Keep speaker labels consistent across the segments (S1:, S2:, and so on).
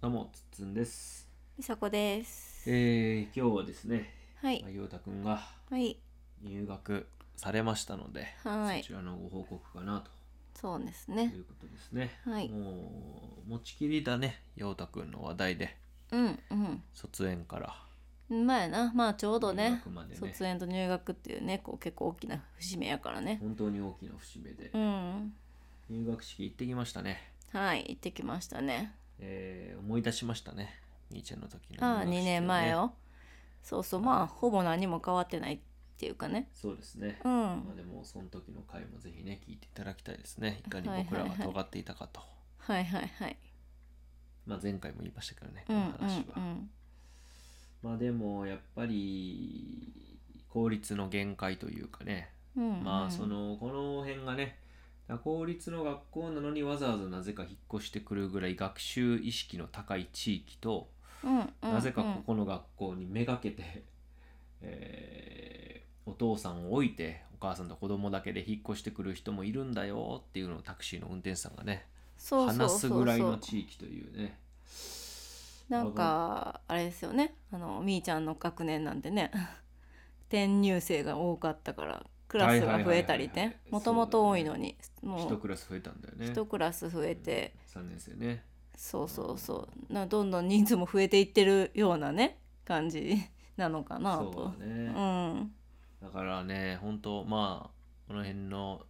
S1: どうも、つっつんです。
S2: みさこです。
S1: えー、今日はですね、
S2: はい
S1: まあ、。陽太くんが
S2: はい。
S1: 入学されましたので、
S2: はい
S1: そちらのご報告かな
S2: そうです
S1: と
S2: ね
S1: い。うことですね。
S2: はい
S1: もう、持ちきりだね、陽太くんの話題で、
S2: うん
S1: 卒園から。
S2: うん。まあやな。まあちょうど
S1: 入
S2: ね
S1: 学までね
S2: 卒園と入学っていうね、こう結構大きな節目やからね。
S1: 本当に大きな節目で、
S2: うん。
S1: 入学式行ってきましたね。
S2: はい。行ってきましたね。
S1: えー、思い出しましたね、ニーチェの時の、
S2: ああ、2年
S1: を
S2: 前
S1: ね。
S2: よ。そうそう。まあほぼ何も変わってないっていうかね。
S1: そうですね。
S2: うん。
S1: まあでもその時の回もぜひね聞いていただきたいですねいかに僕らが尖っていたかと、
S2: はいはいはい。
S1: まあ、前回も言いましたけどね
S2: う
S1: こ
S2: んう
S1: の
S2: ん
S1: 話は、
S2: うん。
S1: まあでもやっぱり効率の限界というかね、
S2: うんうん
S1: まあそのこの辺がね公立の学校なのにわざわざなぜか引っ越してくるぐらい学習意識の高い地域と、
S2: うんうんうん
S1: なぜかここの学校にめがけて、 えーお父さんを置いてお母さんと子供だけで引っ越してくる人もいるんだよっていうのをタクシーの運転手さんがね
S2: そうそうそう
S1: 話
S2: そ
S1: す
S2: う
S1: ぐらいの地域というね
S2: なんかあれですよねあのみーちゃんの学年なんでね 転入生が多かったからクラスが増えたり
S1: はいはいはいはい
S2: ねもともと多いのにも
S1: 一
S2: う
S1: クラス増えたんだよね
S2: 一クラス増えて、
S1: 3年生ね
S2: そうそうそうなどんどん人数も増えていってるようなね感じなのかな
S1: そ
S2: と
S1: うだね、
S2: うん
S1: だからね本当まあこの辺の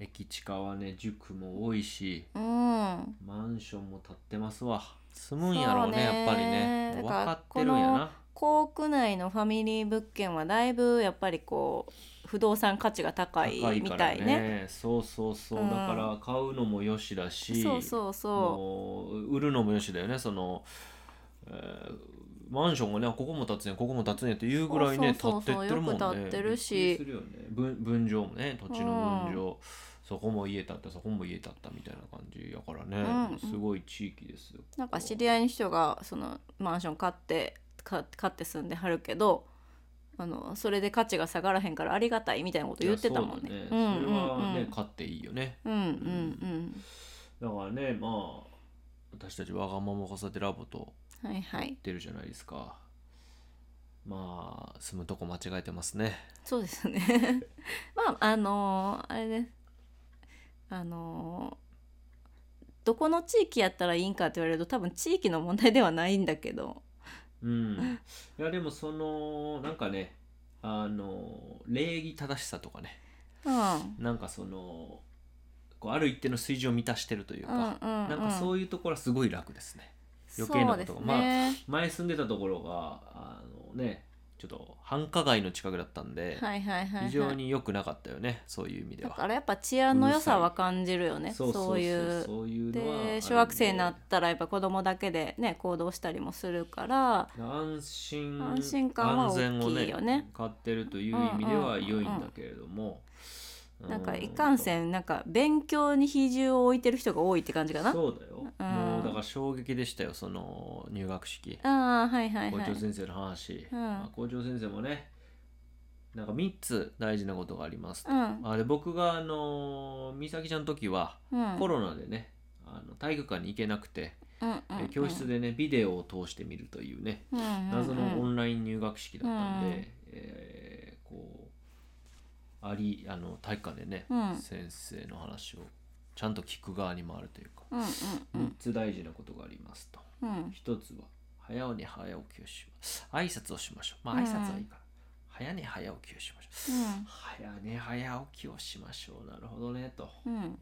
S1: 駅地下はね塾も多いし
S2: うん
S1: マンションも建ってますわ住むんやろうね
S2: そう
S1: や
S2: ね
S1: っぱりね
S2: だ
S1: 分
S2: から
S1: かってるんやな
S2: 校区内のファミリー物件はだいぶやっぱりこう不動産価値が高いみ
S1: か
S2: た
S1: ら
S2: いね
S1: そうそうそう、
S2: うん
S1: だから買うのもよしだし
S2: そうそうそ
S1: もう売るのもよしだよねその、えーマンションがねここも建つねここも建つねっていうぐらいね建
S2: そうそう
S1: っ
S2: そ
S1: て
S2: うそう
S1: ってるもんね
S2: よく建ってるし
S1: びっくりするよね分分譲もね土地の分譲、そこも家建ったそこも家建ったみたいな感じやからね、
S2: うん
S1: すごい地域ですよ
S2: うなんか知り合いの人がそのマンション買ってか買って住んではるけどあのそれで価値が下がらへんからありがたいみたいなこと言ってたもんね
S1: いや。
S2: う
S1: そうんだねそれはね、
S2: うん
S1: 買っていいよね
S2: うんうん
S1: だからねまあ私たちわがまま子育てラボと
S2: うんはいはい
S1: 出るじゃないですかまあ住むとこ間違えてますね
S2: そうですね まああのーあれねあのーどこの地域やったらいいんかって言われると多分地域の問題ではないんだけど
S1: うんいやでもそのなんかねあの礼儀正しさとかね
S2: うんうん
S1: なんかそのこうある一定の水準を満たしてるという
S2: うん
S1: か、
S2: うん
S1: なんかそういうところはすごい楽ですね余計なことが
S2: そうですね
S1: 前住んでたところがあのねちょっと繁華街の近くだったんで、
S2: はいはいはいはい
S1: 非常に良くなかったよねそういう意味で
S2: だ
S1: は
S2: か。らやっぱ治安の良さは感じるよねそういう
S1: そういうのはあるん
S2: で
S1: で
S2: 小学生になったらやっぱ子供だけでね行動したりもするから
S1: 安心
S2: 安心感は大きいよね
S1: 安全を買ってるという意味では
S2: うんうんうん
S1: 良
S2: うん
S1: いんだけれども、
S2: なんかいかんせんなんか勉強に比重を置いてる人が多いって感じかな
S1: そうだよ、
S2: うん
S1: もうだから衝撃でしたよその入学式、
S2: ああはいはい
S1: 校
S2: はい
S1: 長先生の話、
S2: うん
S1: まあ校長先生もねなんか3つ大事なことがありますと、
S2: うん
S1: あで僕があのー美咲ちゃんの時は
S2: うん
S1: コロナでねあの体育館に行けなくて、
S2: うんうんうん
S1: え教室でねビデオを通してみるというね
S2: うんうんうん
S1: 謎のオンライン入学式だったんで、
S2: うん
S1: えーこうありあの体育館でね、
S2: うん
S1: 先生の話をちゃんと聞く側に回るというか、
S2: うんうんう
S1: 3
S2: ん
S1: つ大事なことがありますと
S2: うん
S1: 1つは早寝早起きをします挨拶をしましょうまあ挨拶はいいから、早寝早起きをしましょう早寝早起きをしましょうなるほどねと
S2: うんうん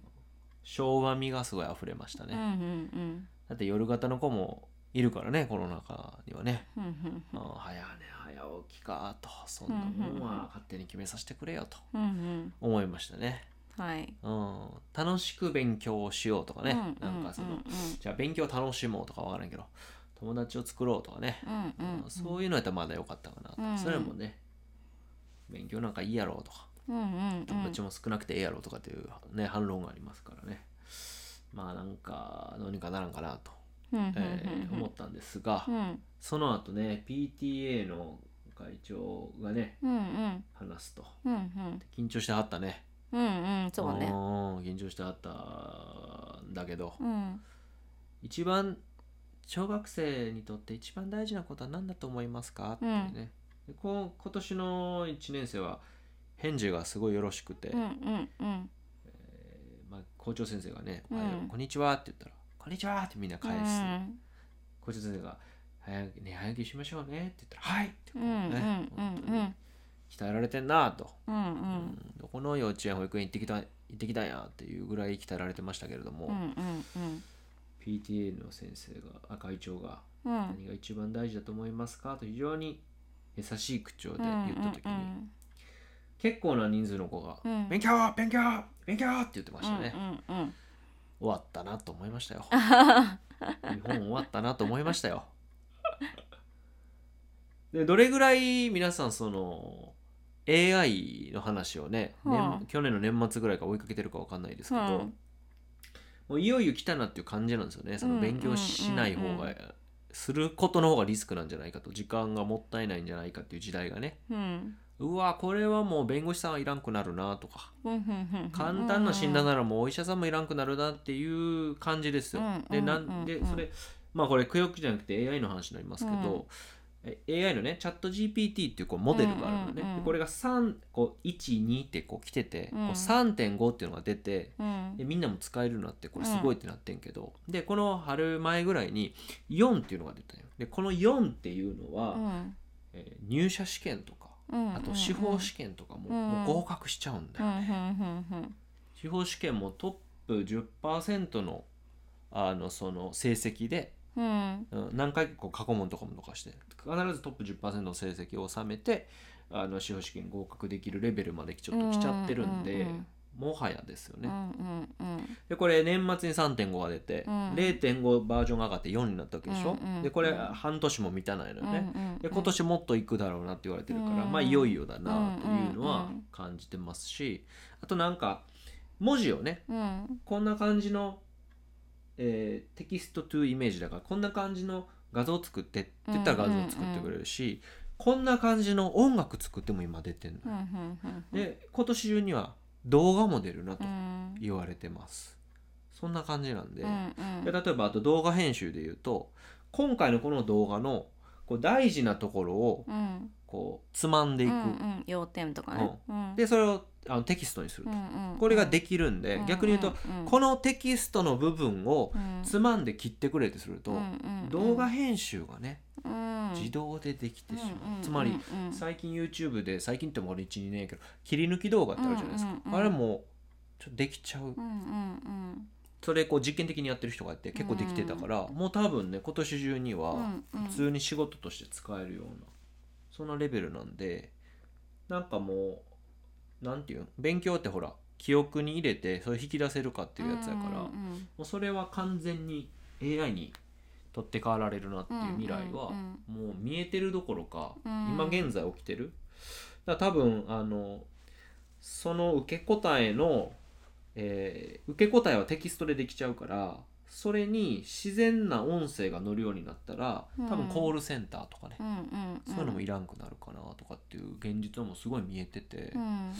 S1: 昭和味がすごい溢れましたね、
S2: うんうんうん
S1: だって夜型の子もいるからねこの中にはね、
S2: うんうん
S1: うん早寝早起きかとそんなもんは勝手に決めさせてくれよと
S2: うんうん
S1: 思いましたね、
S2: はい
S1: うん、楽しく勉強をしようとかね、
S2: うん
S1: なんかその、
S2: うん
S1: じゃあ勉強を楽しもうとかわからんけど友達を作ろうとかね、
S2: うんうん
S1: うんそういうのやったらまだ良かったかなと、
S2: うんうん
S1: それもね勉強なんかいいやろうとか
S2: うんうんうん
S1: 友達も少なくてええやろうとかっていう、ね、反論がありますからねまあなんかどうにかならんかなと、
S2: うんうんうん
S1: えー思ったんですが、
S2: うん
S1: その後ね PTA の会長がね
S2: うんうん
S1: 話すと
S2: うんうん
S1: 緊張してはったね
S2: うんうんそうね
S1: ん緊張してはったんだけど、
S2: うん
S1: 一番小学生にとって一番大事なことは何だと思いますか?」っていうね、でこう今年の1年生は返事がすごいよろしくて、
S2: うんうんうん
S1: えーまあ、校長先生がね「
S2: うん
S1: おはようこんにちは」って言ったら「こんにちは」ってみんな返す、
S2: うん
S1: 校長先生が「早くね早起きしましょうね」って言ったら「はい!」ってこ
S2: う
S1: うん
S2: うん
S1: ね、本当
S2: う
S1: に
S2: ん
S1: 鍛えられてんなと、
S2: うんうんう
S1: うんどこの幼稚園保育園行ってきた行ってきたんやっていうぐらい鍛えられてましたけれども、
S2: うんうんうん
S1: PTA の先生があ会長が
S2: うん
S1: 何が一番大事だと思いますかと非常に優しい口調で
S2: うん
S1: 言った時に、結構な人数の子が
S2: うん
S1: 「勉強勉強勉強!」って言ってましたね、
S2: うんうんうん
S1: 終わったなと思いましたよ日本終わったなと思いました よでどれぐらい皆さんその AI の話をね、
S2: はあ
S1: 年去年の年末ぐらいから追いかけてるかわかんないですけど、
S2: うん
S1: もういよいよ来たなっていう感じなんですよねそ
S2: う
S1: の
S2: んうんうんう
S1: 勉強
S2: ん
S1: しない方が、することの方がリスクなんじゃないかと時間がもったいないんじゃないかっていう時代がね
S2: うん
S1: うわこれはもう弁護士さんはいらんくなるなとか
S2: うんうんうんうん
S1: 簡単な診断ならもうお医者さんもいらんくなるなっていう感じですよ。
S2: うん
S1: でな
S2: うんうんん
S1: でそれまあこれクヨックじゃなくて AI の話になりますけど、え AI のねチャット GPT っていうこうモデルがあるのね、
S2: うんうんうん
S1: でこれが3こう12ってこう来てて、
S2: う
S1: こ
S2: ん
S1: う3.5っていうのが出て
S2: うん
S1: でみんなも使えるようになってこれすごいってなってんけど、でこの春前ぐらいに4っていうのが出たよ。でこの4っていうのは、
S2: うん
S1: えー入社試験とか
S2: うん
S1: あと司法試験とかも,、
S2: うん
S1: もう合格しちゃうんだ
S2: う
S1: よ
S2: ん
S1: ね。
S2: うんうん
S1: 司法試験もトップ10%のあのその成績で、
S2: うんうん
S1: うん何回かこう過去問とかもとかして必ずトップ10%の成績を収めてあの司法試験合格できるレベルまでちょっと来ちゃってるんで、
S2: うんうんうん
S1: もはやですよ
S2: う
S1: ね。
S2: んうんうん
S1: でこれ年末に3.5が出て、
S2: うん
S1: 0.5バージョンが上がって4になったわけでしょ。
S2: うんうん
S1: でこれ半年も満たないのよね。
S2: うんうんうん
S1: で今年もっといくだろうなって言われてるから、
S2: うん
S1: まあいよいよだなというの
S2: うん
S1: は
S2: うんうん
S1: 感じてますしあとなんか文字をね
S2: うん
S1: こんな感じの、えーテキストトゥイメージだからこんな感じの画像作ってって言ったら画像作ってくれるし、こんな感じの音楽作っても今出てる
S2: うんう
S1: のよ、
S2: んうんうん
S1: で今年中には動画も出るなと
S2: うん
S1: 言われてます、そんな感じなんで、
S2: うんうん
S1: で例えばあと動画編集で言うと今回のこの動画のこう大事なところを
S2: うん
S1: こうつまんでいく、
S2: うんうん要点とかねうん
S1: でそれをあのテキストにする
S2: う
S1: と、
S2: んうん
S1: これができるんで、逆に言うと、
S2: んんん
S1: このテキストの部分を
S2: うん
S1: つまんで切ってくれってすると、
S2: うんうんうん
S1: 動画編集がね、
S2: うん
S1: 自動でできてしまう、
S2: うんうん
S1: つまり、
S2: うんうん
S1: 最近 YouTube で最近っても俺1、2年やけど切り抜き動画ってあるじゃないですか、
S2: うんうんうん
S1: あれもちょっとできちゃう、
S2: うんうん
S1: それこう実験的にやってる人がいて結構できてたから、もう多分ね今年中に
S2: うんう
S1: は
S2: んうん
S1: 普通に仕事として使えるような、そんなレベルなんでなんかもうなんていうん勉強ってほら記憶に入れてそれ引き出せるかっていうやつやから、
S2: うんうん
S1: もうそれは完全に AI に取って代わられるなっていう未来は
S2: うんうん
S1: もう見えてるどころか
S2: うん
S1: 今現在起きてるだから多分あのその受け答えの、えー受け答えはテキストでできちゃうからそれに自然な音声が乗るようになったら多分
S2: うん
S1: コールセンターとかね、
S2: うんうんうん
S1: そういうのもいらんくなるかなとかっていう現実はもうすごい見えてて、
S2: うん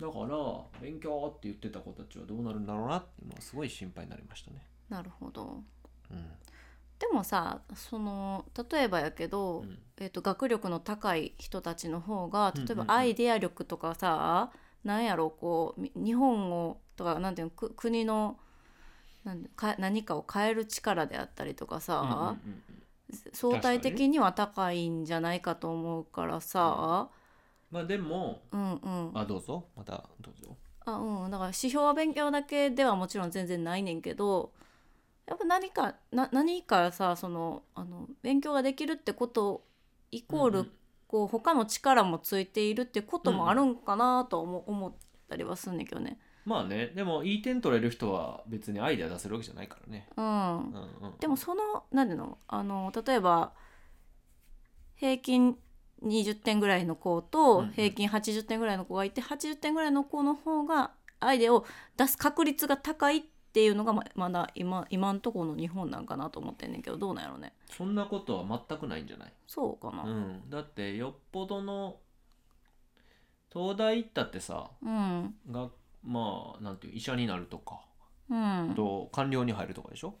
S1: だから勉強って言ってた子たちはどうなるんだろうなっていうのはすごい心配になりましたね。
S2: なるほど
S1: うん
S2: でもさその例えばやけど、
S1: うん
S2: えっと学力の高い人たちの方が
S1: うん
S2: 例え
S1: う
S2: ば
S1: んうん
S2: アイデア力とかさ、なんやろこうみ日本語とかなんていうのく国のなんてか何かを変える力であったりとかさ、
S1: うんうんうんうん
S2: 相対的には高いんじゃないかと思うからさ、
S1: まあでも
S2: うんうん、
S1: あどうぞまたどうぞ
S2: あうん、だから指標勉強だけではもちろん全然ないねんけどやっぱ何かな何かさそのあの勉強ができるってことイコール、
S1: うんうん
S2: こう他の力もついているってこともあるんかなとは思,、思ったりはすんねんけどね。
S1: まあねでもいい点取れる人は別にアイデア出せるわけじゃないからね、
S2: うん
S1: うんうん、
S2: でもその何ていうのあの例えば平均20点ぐらいの子
S1: う
S2: と
S1: んうん
S2: 平均80点ぐらいの子がいて、80点ぐらいの子の方がアイデアを出す確率が高いっていうのがままだ今今んとこの日本なんかなと思ってんねんけどどうなんやろうね
S1: そんなことは全くないんじゃない、
S2: そうか
S1: う、
S2: なん
S1: だってよっぽどの東大行ったってさ
S2: うん
S1: がまあなんていう医者になるとか
S2: うん
S1: と官僚に入るとかでしょ、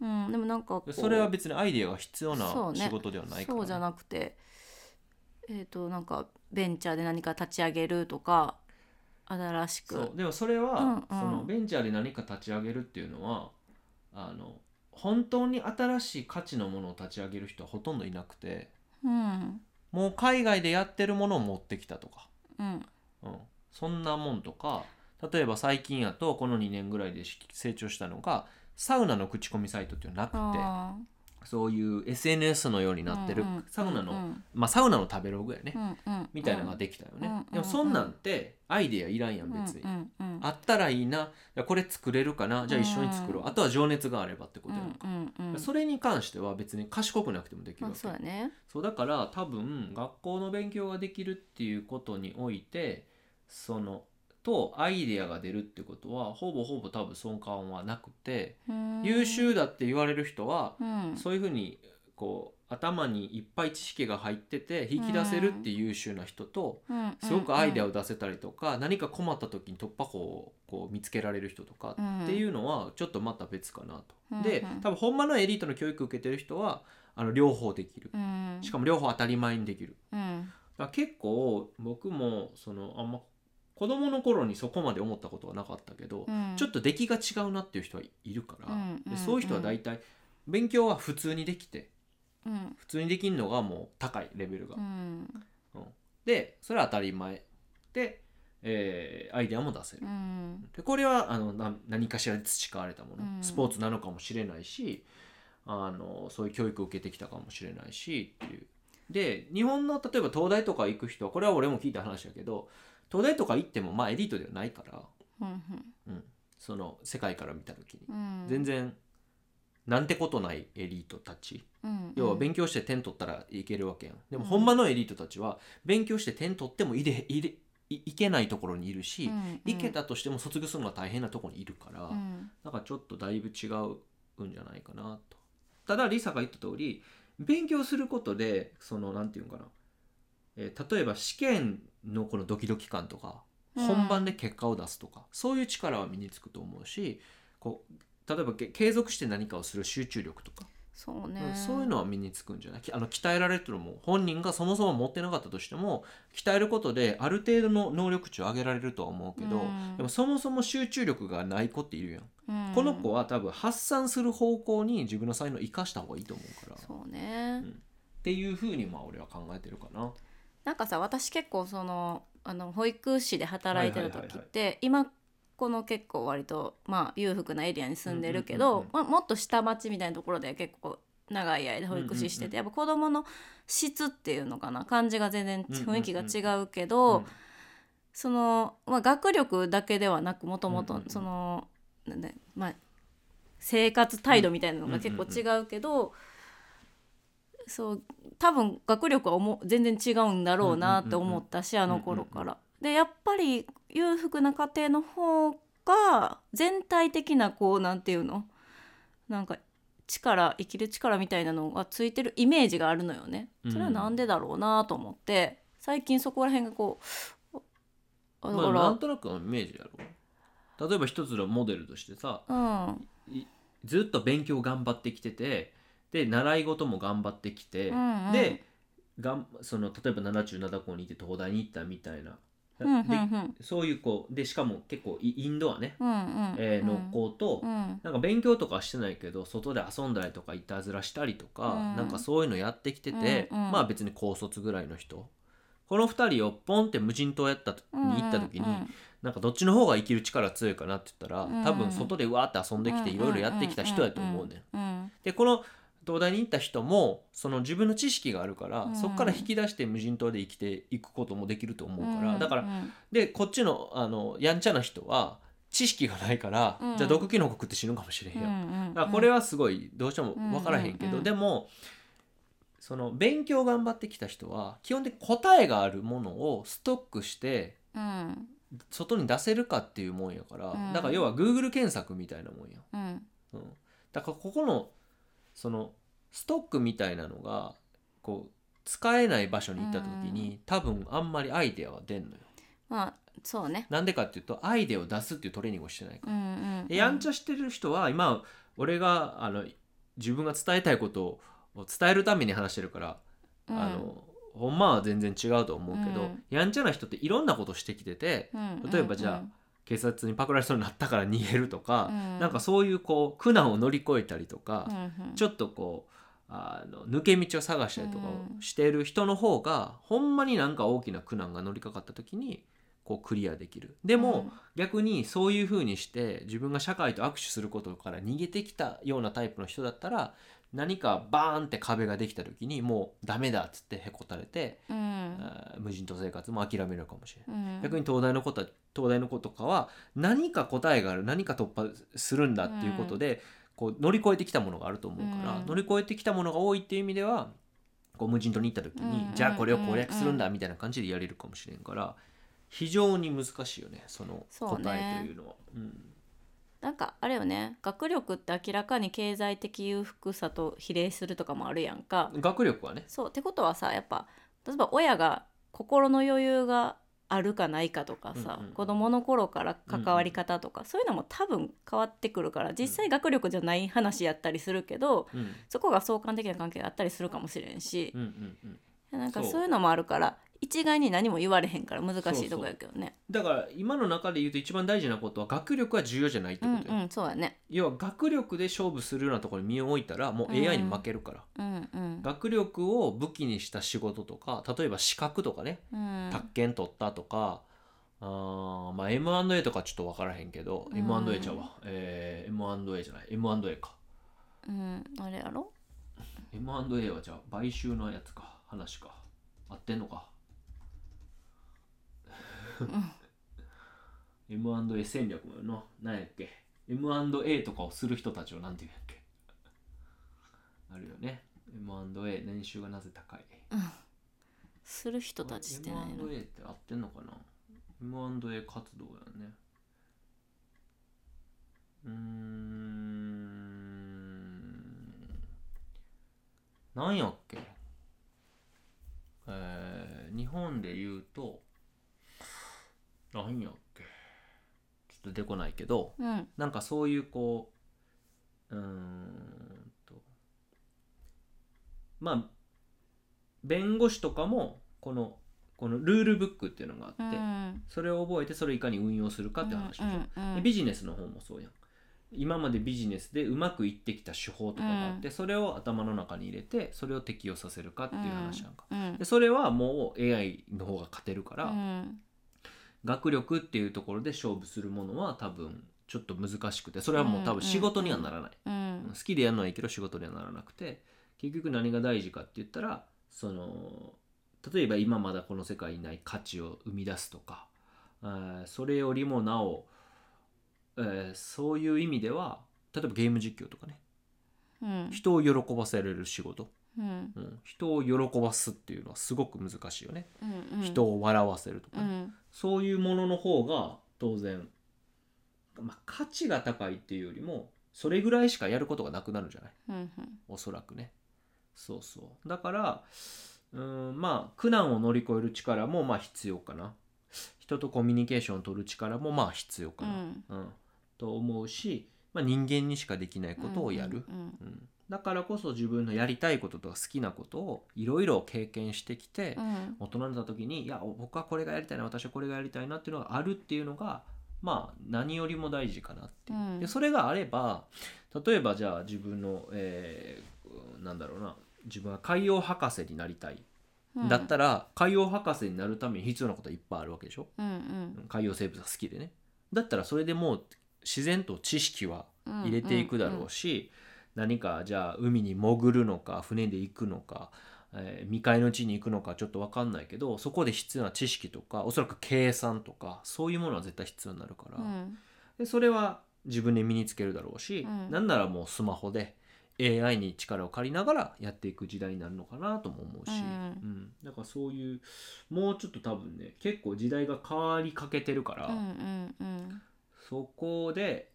S2: ううん、でもなんかこう
S1: それは別にアイディアが必要
S2: そ
S1: な
S2: うね
S1: 仕事ではないから、
S2: そうじゃなくてえっ、となんかベンチャーで何か立ち上げるとか新しく
S1: そうでもそれは、
S2: うんうん
S1: そのベンチャーで何か立ち上げるっていうのはあの本当に新しい価値のものを立ち上げる人はほとんどいなくて
S2: うん
S1: もう海外でやってるものを持ってきたとか、
S2: うん
S1: うん、そんなもんとか例えば最近やとこの2年ぐらいでし成長したのがサウナの口コミサイトっていうのはなくて
S2: あー
S1: そういう SNS のようになってる、
S2: うんうん
S1: サウナの、
S2: うん
S1: まあサウナの食べログやね、
S2: うんうん
S1: みたいなのができたよね、
S2: うんうん
S1: でもそんなんってアイディアいらんや
S2: うん
S1: 別に、
S2: うんうん
S1: あったらいいなじゃあこれ作れるかなじゃあ一緒に作ろう、
S2: うん
S1: あとは情熱があればってことやんか、
S2: うんうんうん
S1: それに関しては別に賢くなくてもできる
S2: ま
S1: わ
S2: あ
S1: け、
S2: そうだね
S1: そうだから多分学校の勉強ができるっていうことにおいてそのとアイディアが出るってことはほぼほぼ多分損感はなくて、優秀だって言われる人は
S2: うん
S1: そういうふうにこう頭にいっぱい知識が入ってて引き出せるっていう優秀な人と、
S2: うん
S1: すごくアイデアを出せたりとか、何か困った時に突破口をこう見つけられる人とかっていうのはちょっとまた別かなと。
S2: うん
S1: で
S2: うん
S1: 多分ほんまのエリートの教育受けてる人はあの両方できる
S2: うん
S1: しかも両方当たり前にできる。
S2: うん
S1: だから結構僕もそのあんま子供の頃にそこまで思ったことはなかったけど、
S2: うん
S1: ちょっと出来が違うなっていう人はいるから、
S2: うんうん
S1: でそういう人は大体勉強は普通にできて
S2: うん
S1: 普通にできるのがもう高いレベルが
S2: う。ん
S1: でそれは当たり前で、えーアイデアも出せる
S2: う。ん
S1: でこれはあのな何かしらで培われたもの、
S2: うん
S1: スポーツなのかもしれないしあのそういう教育を受けてきたかもしれないしっていう。で日本の例えば東大とか行く人はこれは俺も聞いた話だけど東大とか行ってもまあエリートではないから、
S2: うん
S1: うん、その世界から見た時に
S2: うん
S1: 全然なんてことないエリートたち
S2: うん
S1: 要は勉強して点取ったらいけるわけやんでも
S2: うん
S1: ほんまのエリートたちは勉強して点取ってもいれいれいいけないところにいるし、
S2: うん
S1: いけたとしても卒業するのが大変なところにいるから、
S2: うん
S1: なんかちょっとだいぶ違うんじゃないかなとただリサが言った通り勉強することでそのなんていうのかな、えー例えば試験のこのドキドキ感とか
S2: うん
S1: 本番で結果を出すとか、そういう力は身につくと思うしこう例えばけ継続して何かをする集中力とか、
S2: そうね
S1: うんそういうのは身につくんじゃないきあの鍛えられてるのも本人がそもそも持ってなかったとしても鍛えることである程度の能力値を上げられるとは思うけど、
S2: うん
S1: でもそもそも集中力がない子っているやん、
S2: うん
S1: この子は多分発散する方向に自分の才能を生かした方がいいと思うからっ
S2: そうね
S1: んていうふうにまあ俺は考えてるかな
S2: なんかさ私結構そのあの保育士で働いてる
S1: はいはい
S2: 時
S1: は
S2: っ
S1: い
S2: て今この結構割とまあ裕福なエリアに住んでるけ
S1: うんうん
S2: ど
S1: うんうん
S2: まあもっと下町みたいなところで結構長い間保育士しててやっぱ子どもの質っていうのかな感じが全然
S1: うんうんうん
S2: 雰囲気が違うけど、
S1: うん
S2: その、まあ、学力だけではなくもとも
S1: うん
S2: と
S1: うんうん
S2: その、なんだまあ、生活態度みたいなのが結構違うけど、そう多分学力はおも全然違うんだろうなって思ったし、
S1: んうん
S2: あの頃から。でやっぱり裕福な家庭の方が全体的なこうなんていうのなんか力生きる力みたいなのがついてるイメージがあるのよねそれはなんでだろうなと思って、最近そこら辺がこうあだ
S1: ま
S2: か
S1: あ、
S2: ら、
S1: なんとなくのイメージやろ例えば一つのモデルとしてさ
S2: うん
S1: ずっと勉強頑張ってきててで習い事も頑張ってきて、
S2: うんうん
S1: でがんその例えば77校にいて東大に行ったみたいな、
S2: うんうんうん
S1: でそういう子でしかも結構イインドアね、
S2: うんうん
S1: えーの子と、
S2: うん
S1: なんか勉強とかはしてないけど外で遊んだりとかいたずらしたりとか、
S2: うん
S1: なんかそういうのやってきてて、
S2: うんうん
S1: まあ別に高卒ぐらいの人この2人をポンって無人島やったとに行った時に、なんかどっちの方が生きる力強いかなって言ったら、
S2: うん
S1: 多分外でうわーって遊んできていろいろやってきた人やと思うねん。
S2: うん
S1: でこの東大に行った人もその自分の知識があるから、
S2: うん
S1: そこから引き出して無人島で生きていくこともできると思うから、だから
S2: うん
S1: でこっちのあのやんちゃな人は知識がないから、
S2: うん
S1: じゃあ毒キノコ食って死ぬかもしれへん
S2: う
S1: や
S2: ん
S1: ん
S2: うん
S1: だからこれはすごいどうしても分からへんけど、
S2: うんうんうん
S1: でもその勉強頑張ってきた人は基本的に答えがあるものをストックして
S2: うん
S1: 外に出せるかっていうもんやから、
S2: うん
S1: だから要は Google 検索みたいなもんや、
S2: うん
S1: うん、だからここのそのストックみたいなのがこう使えない場所に行った時に、多分あんまりアイデアは出んのよ
S2: まあそうね
S1: なんでかっていうとアイデアを出すっていうトレーニングをしてないから
S2: うんうん
S1: でやんちゃしてる人は今俺があの自分が伝えたいことを伝えるために話してるから、
S2: うん
S1: あのほんまは全然違うと思うけど、
S2: うん
S1: やんちゃな人っていろんなことしてきてて
S2: うん
S1: 例えばじゃあ警察にパクられそうになったから逃げるとか、
S2: うん
S1: なんかそういうこう苦難を乗り越えたりとか、
S2: うんうん
S1: ちょっとこうあの抜け道を探したりとかをしている人の方が、ほんまになんか大きな苦難が乗りかかった時にこうクリアできるでも、逆にそういう風にして自分が社会と握手することから逃げてきたようなタイプの人だったら何かバーンって壁ができた時にもうダメだっつってへこたれて、
S2: うんうん
S1: あー無人島生活も諦めるかもしれない。
S2: うん
S1: 逆に東大の子た東大の子とかは何か答えがある何か突破するんだっていうことで、こう乗り越えてきたものがあると思うから、
S2: うん
S1: 乗り越えてきたものが多いっていう意味ではこう無人島に行った時に、
S2: うん
S1: じゃあこれを攻略するんだみたいな感じでやれるかもしれんから非常に難しいよねその
S2: そう
S1: 答
S2: ね
S1: えというのは。うん
S2: なんかあれよね学力って明らかに経済的裕福さと比例するとかもあるやんか。
S1: 学力はね
S2: そうってことはさやっぱ例えば親が心の余裕があるかないかとかさ、
S1: うんうん
S2: 子どもの頃から関わり方とか、そういうのも多分変わってくるから実際学力じゃない話やったりするけど、
S1: うん
S2: そこが相関的な関係があったりするかもしれんし
S1: う、んうんうん
S2: なんか
S1: そう
S2: そういうのもあるから一概に何も言われへんから難しいとこやけどね。
S1: だから今の中で言うと一番大事なことは学力は重要じゃないって
S2: う
S1: こと
S2: ん
S1: よ、
S2: うんそうやね。
S1: 要は学力で勝負するようなところに身を置いたらもう AI に負けるから、
S2: うんうん。
S1: 学力を武器にした仕事とか例えば資格とかね
S2: うん
S1: 宅建取ったとか、あーまあ、M&A とかちょっと分からへんけど、
S2: うん
S1: M&A ちゃうわ、えー M&A じゃない M&A か
S2: うん、あれや ろ
S1: M&A はじゃあ買収のやつか話か合ってんのか M&A 戦略もよな何やっけ M&A とかをする人たちをなんて言うんやっけあるよね M&A 年収がなぜ高い
S2: する人たちしてないの
S1: M&A って合ってんのかな M&A 活動やねうーんなんやっけえー、日本で言うとなんやっけちょっと出こないけど
S2: うん
S1: なんかそういうこううーんとまあ弁護士とかもこのこのルールブックっていうのがあって、
S2: うん
S1: それを覚えてそれをいかに運用するかっていう話でしょ、
S2: うんう
S1: で
S2: ん
S1: ビジネスの方もそうやん今までビジネスでうまくいってきた手法とかがあって、それを頭の中に入れてそれを適用させるかっていう話なんか、
S2: うん
S1: でそれはもう AI の方が勝てるから、
S2: うん
S1: 学力っていうところで勝負するものは多分ちょっと難しくてそれはもう多分仕事にはならない、
S2: うん
S1: 好きでやるのはいいけど仕事にはならなくて結局何が大事かって言ったらその例えば今まだこの世界にない価値を生み出すとかあーそれよりもなお、えーそういう意味では例えばゲーム実況とかね
S2: うん
S1: 人を喜ばせられる仕事、
S2: うん
S1: うん、人を喜ばすっていうのはすごく難しいよね、
S2: うん
S1: 人を笑わせるとか
S2: う
S1: ね、
S2: ん
S1: そういうものの方が当然、まあ、価値が高いっていうよりもそれぐらいしかやることがなくなるんじゃない
S2: うん
S1: おそらくねそうそうだからうーんまあ苦難を乗り越える力もまあ必要かな人とコミュニケーションを取る力もまあ必要か
S2: う
S1: な、
S2: ん
S1: うんと思うし、まあ、人間にしかできないことをやる、
S2: うん
S1: うんだからこそ自分のやりたいこととか好きなことをいろいろ経験してきて、
S2: うん
S1: 大人になった時にいや僕はこれがやりたいな私はこれがやりたいなっていうのがあるっていうのがまあ何よりも大事かなっていう、
S2: うん
S1: でそれがあれば例えばじゃあ自分の、えーなんだろうな自分は海洋博士になりたい、
S2: うん
S1: だったら海洋博士になるために必要なことはいっぱいあるわけでしょ
S2: うんうん
S1: 海洋生物が好きでねだったらそれでもう自然と知識は入れていくだろうし、何かじゃあ海に潜るのか船で行くのか、えー未開の地に行くのかちょっと分かんないけどそこで必要な知識とかおそらく計算とかそういうものは絶対必要になるから、
S2: うん
S1: でそれは自分で身につけるだろうし、
S2: うん
S1: なんならもうスマホで AI に力を借りながらやっていく時代になるのかなとも思うし、
S2: うん
S1: だからそういうもうちょっと多分ね結構時代が変わりかけてるから。
S2: うんうんうん
S1: そこで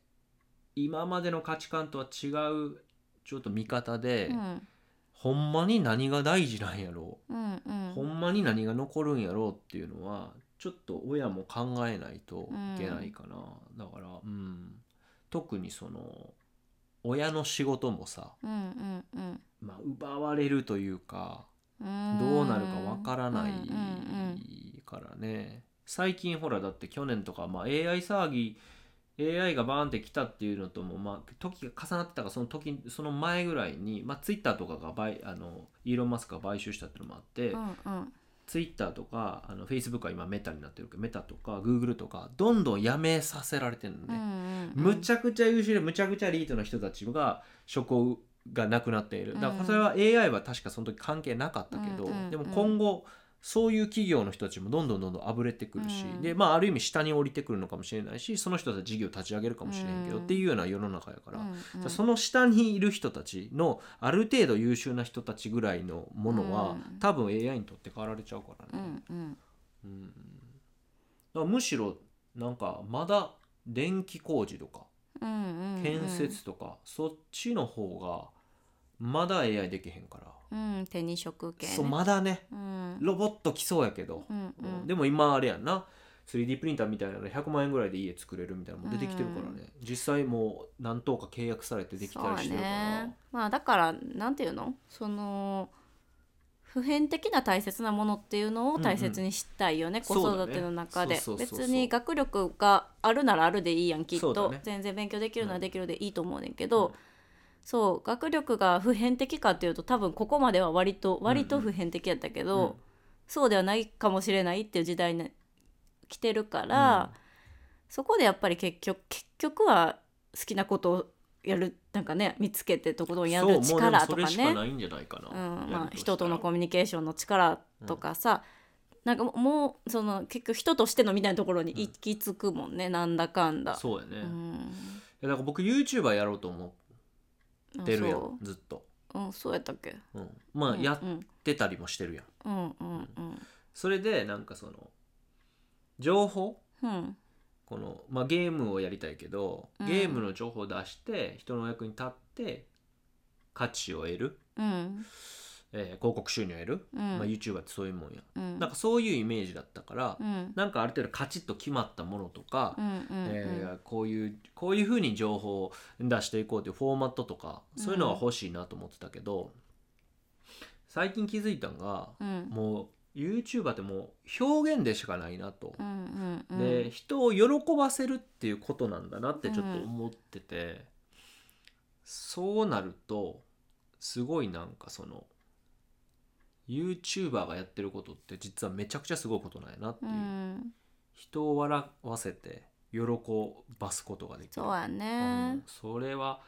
S1: 今までの価値観とは違うちょっと見方で、
S2: うん
S1: ほんまに何が大事なんやろ
S2: うんう
S1: う、
S2: ん
S1: ほんまに何が残るんやろうっていうのはちょっと親も考えないといけないかな、だからうん特にその親の仕事もさ、
S2: うんうんうん
S1: まあ、奪われるというか
S2: うーん
S1: どうなるかわからない
S2: うんうん
S1: からね最近ほらだって去年とか、まあ、AI 騒ぎ AI がバーンって来たっていうのとも、まあ、時が重なってたからその時その前ぐらいに、まあ、Twitter とかが買あのイーロン・マスクが買収したっていうのもあって、
S2: うんうんうん
S1: ツイッターとかあの Facebook は今メタになってるけどメタとか Google とかどんどんやめさせられてるの
S2: うんう
S1: ね、
S2: んう
S1: む
S2: ん
S1: ちゃくちゃ優秀でむちゃくちゃエリートの人たちが職をがなくなっているだからそれは AI は確かその時関係なかったけど、
S2: うんうんうん
S1: でも今後そういう企業の人たちもどんどんどんどんあぶれてくるし、
S2: うん
S1: でまあある意味下に降りてくるのかもしれないしその人たち事業立ち上げるかもしれんけど、
S2: うん
S1: っていうような世の中やから、
S2: うんうん
S1: その下にいる人たちのある程度優秀な人たちぐらいのものは、
S2: うん
S1: 多分 AI にとって変わられちゃうからね、
S2: うんうん
S1: うんだからむしろなんかまだ電気工事とか
S2: うんうん
S1: 建設とか、そっちの方がまだ AI できへんから、
S2: うん手に職系ね
S1: そうまだね
S2: うん
S1: ロボット来そうやけど、
S2: うんう
S1: うん
S2: ん
S1: でも今あれやんな 3D プリンターみたいなの100万円ぐらいで家作れるみたいなのも出てきてるからね、実際もう何等か契約されてできたりしてるから、
S2: そうねまあだからなんていうのその普遍的な大切なものっていうのを大切にしたいよね、
S1: うんうん
S2: 子育ての中で、
S1: そうだねそうそうそうそう
S2: 別に学力があるならあるでいいやんきっ
S1: そうだ
S2: と、
S1: ね
S2: 全然勉強できるならできるでいいと思うねんけ
S1: う
S2: ど、
S1: ん
S2: そう学力が普遍的かっていうと多分ここまでは割と割と普遍的やったけど、
S1: うん
S2: そうではないかもしれないっていう時代に来てるから。そこでやっぱり結局結局は好きなことをやるなんかね見つけてとことんやる
S1: そうもうでも
S2: 力と
S1: そ
S2: か
S1: れしか
S2: ね
S1: ないんじゃないかな、
S2: うんま
S1: や
S2: あ
S1: るしたら
S2: 人とのコミュニケーションの力とかさ、なんかもうもうその結局人としてのみたいなところに行き着くもんね、なんだかんだ。
S1: そうやね、
S2: う
S1: い
S2: ん
S1: やだから僕 YouTuber やろうと思ってるや
S2: あそ
S1: んずっと、
S2: う,、うん、そうやったっけ、
S1: うん、まあ
S2: うん
S1: やっ
S2: うん
S1: てたりもしてるやん
S2: うんうんうん
S1: それでなんかその情報
S2: うん
S1: この、まあ、ゲームをやりたいけど
S2: うん
S1: ゲームの情報を出して人のお役に立って価値を得る、
S2: うん
S1: えー広告収入を得る、
S2: うん
S1: まあ、YouTuber ってそういうもんや、
S2: うん
S1: なんかそういうイメージだったから、
S2: うん
S1: なんかある程度カチッと決まったものとか、
S2: うんうんうん
S1: えーこういうこういうふうに情報を出していこうというフォーマットとかそういうのは欲しいなと思ってたけど、最近気づいたのが、
S2: うん
S1: もう YouTuber ってもう表現でしかないなと、
S2: うんうん
S1: で人を喜ばせるっていうことなんだなってちょっと思ってて、そうなるとすごいなんかその YouTuber がやってることって実はめちゃくちゃすごいことなんやなって
S2: う
S1: いう。
S2: ん
S1: 人を笑わせて喜ばすことができる
S2: そうや
S1: う
S2: ね
S1: ん、それは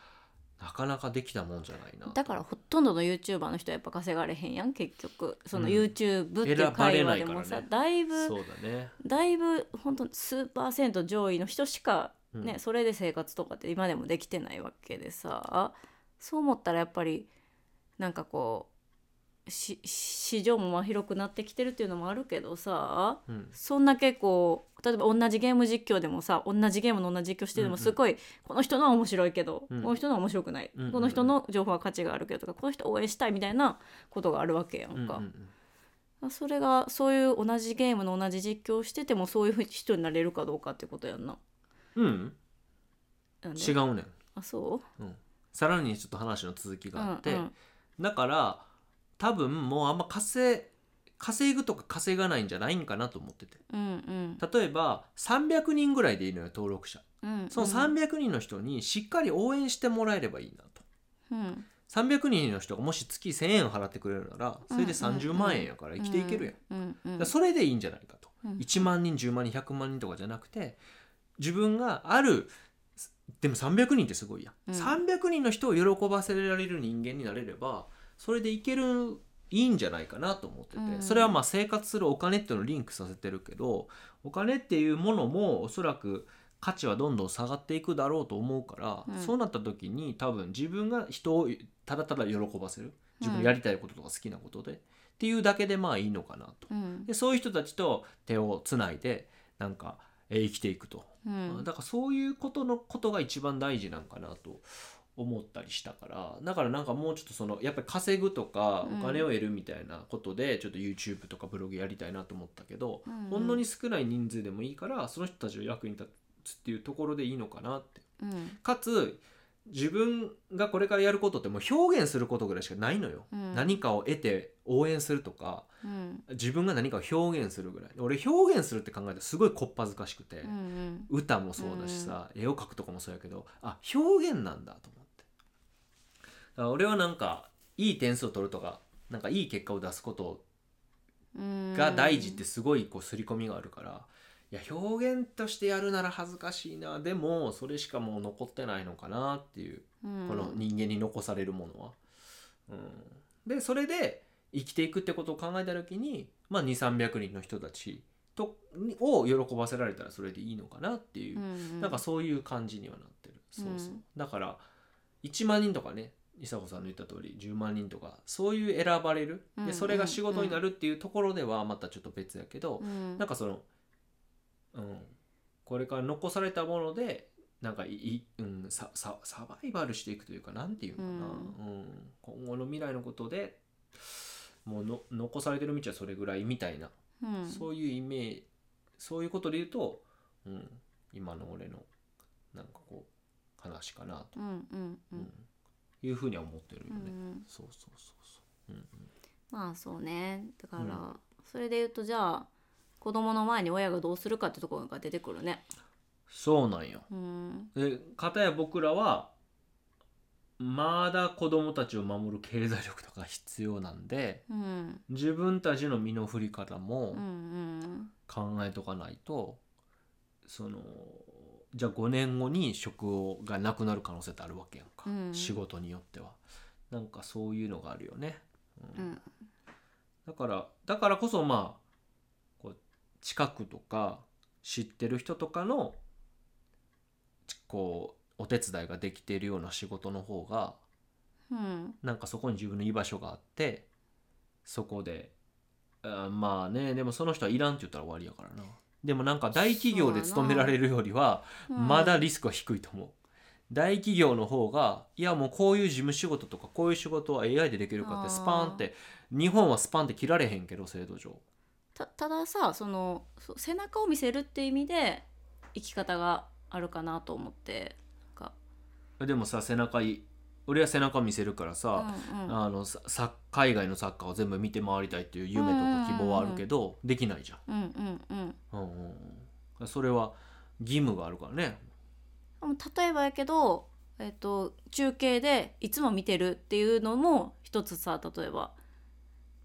S1: なかなかできたもんじゃないな
S2: だからほとんどの YouTuber の人はやっぱ稼がれへんやん結局その
S1: うん
S2: YouTube っていう会話でも
S1: 選ばれな
S2: さ、
S1: いからね
S2: だいぶ
S1: そうだね
S2: だいぶ本当数パーセント上位の人しか
S1: うん
S2: ね、それで生活とかって今でもできてないわけでさそう思ったらやっぱりなんかこうし市場もまあ広くなってきてるっていうのもあるけどさ
S1: うん
S2: そんだけこう例えば同じゲーム実況でもさ同じゲームの同じ実況してで
S1: うんう
S2: も
S1: ん
S2: すごい、この人のは面白いけど、
S1: うん
S2: この人のは面白くない、
S1: うんうんうん
S2: この人の情報は価値があるけどとかこの人応援したいみたいなことがあるわけやんか、
S1: うんうん
S2: それがそういう同じゲームの同じ実況をしててもそういう人になれるかどうかってことやんな。
S1: うん、うん
S2: なんで
S1: 違うねん
S2: あそ
S1: さらにちょっと話の続き
S2: う、
S1: があって、
S2: うんうん
S1: だから多分もうあんま稼い稼ぐとか稼がないんじゃないんかなと思ってて
S2: うん
S1: 例えば300人ぐらいでいいのよ登録者
S2: うん、
S1: その300人の人にしっかり応援してもらえればいいなと
S2: うん
S1: 300人の人がもし月1,000円払ってくれるならそれで30万円やから生きていけるやん、だか
S2: うんうん
S1: らそれでいいんじゃないかと、
S2: うん
S1: 1万人10万人100万人とかじゃなくて自分があるでも300人ってすごいや、、
S2: うんん
S1: 300人の人を喜ばせられる人間になれればそれでいけるいいんじゃないかなと思ってて、
S2: うん
S1: それはまあ生活するお金っていうのをリンクさせてるけどお金っていうものもおそらく価値はどんどん下がっていくだろうと思うから、
S2: うん
S1: そうなった時に多分自分が人をただただ喜ばせる自分のやりたいこととか好きなことで、っていうだけでまあいいのかなと。
S2: うん
S1: でそういう人たちと手をつないでなんかえー生きていくと、
S2: うん
S1: だからそういうことのことが一番大事なんかなと思ったりしたからだからなんかもうちょっとそのやっぱり稼ぐとか
S2: うん
S1: お金を得るみたいなことでちょっと YouTube とかブログやりたいなと思ったけど、
S2: うんうん
S1: ほんのに少ない人数でもいいからその人たちの役に立つっていうところでいいのかなって
S2: うん
S1: かつ自分がこれからやることってもう表現することぐらいしかないのよ、
S2: うん
S1: 何かを得て応援するとか
S2: うん
S1: 自分が何かを表現するぐらい俺表現するって考えたらすごいこっぱずかしくて、
S2: うんうん
S1: 歌もそうだしさ、絵を描くとかもそうやけどあ表現なんだと思ってだから俺はなんかいい点数を取るとかなんかいい結果を出すこと
S2: うん
S1: が大事ってすごいこう刷り込みがあるから、いや表現としてやるなら恥ずかしいなでもそれしかもう残ってないのかなっていう
S2: うん
S1: この人間に残されるものは。うん、でそれで生きていくってことを考えた時に、まあ、2300人の人たちとにを喜ばせられたらそれでいいのかなっていう
S2: う、ん
S1: なんかそういう感じにはなってるそうそう、
S2: うん
S1: だから1万人とかね伊佐子さんの言った通り10万人とかそういう選ばれる
S2: うんうんう
S1: で
S2: ん
S1: それが仕事になるっていうところではまたちょっと別やけど、
S2: うん
S1: なんかその、うん、これから残されたものでなんかいい、うん、サササバイバルしていくというかなんていうのかな、うん今後の未来のことでもうの残されてる道はそれぐらいみたいな、
S2: うん
S1: そういうイメージそういうことで言うと、うん、今の俺のなんかこう話かなと、
S2: うんうんう
S1: うん
S2: ん
S1: いうふうには思ってるよ
S2: う
S1: ね。
S2: ん
S1: そうそうそうそう。うん
S2: まあそうねだから、
S1: うん
S2: それで言うとじゃあ子供の前に親がどうするかってところが出てくるね
S1: そうなんよ。
S2: うん
S1: で片や僕らはまだ子供たちを守る経済力とか必要なんで
S2: うん
S1: 自分たちの身の振り方
S2: う
S1: も
S2: んうん
S1: 考えとかないと、そのじゃあ5年後に職がなくなる可能性ってあるわけやんか、
S2: うん
S1: 仕事によってはなんかそういうのがあるよね、
S2: う
S1: うん
S2: ん
S1: だからだからこそまあこう近くとか知ってる人とかのちこうお手伝いができているような仕事の方が
S2: うん
S1: なんかそこに自分の居場所があってそこであまあねでもその人はいらんって言ったら終わりやからなでもなんか大企業で勤められるよりは
S2: うん
S1: まだリスクは低いと思う、大企業の方がいやもうこういう事務仕事とかこういう仕事は AI でできるかっ
S2: あー
S1: てスパンって日本はスパンって切られへんけど制度上
S2: たたださそのそ背中を見せるって意味で生き方があるかなと思ってなんか
S1: でもさ背中い俺は背中見せるからさ、
S2: うんうん
S1: あのささ海外のサッカーを全部見て回りたいっていう夢とか希望はあるけど、できないじゃん
S2: うんうんうん
S1: うんうんうん、それは義務があるからね
S2: でも例えばやけど、えっと中継でいつも見てるっていうのも一つさ例えば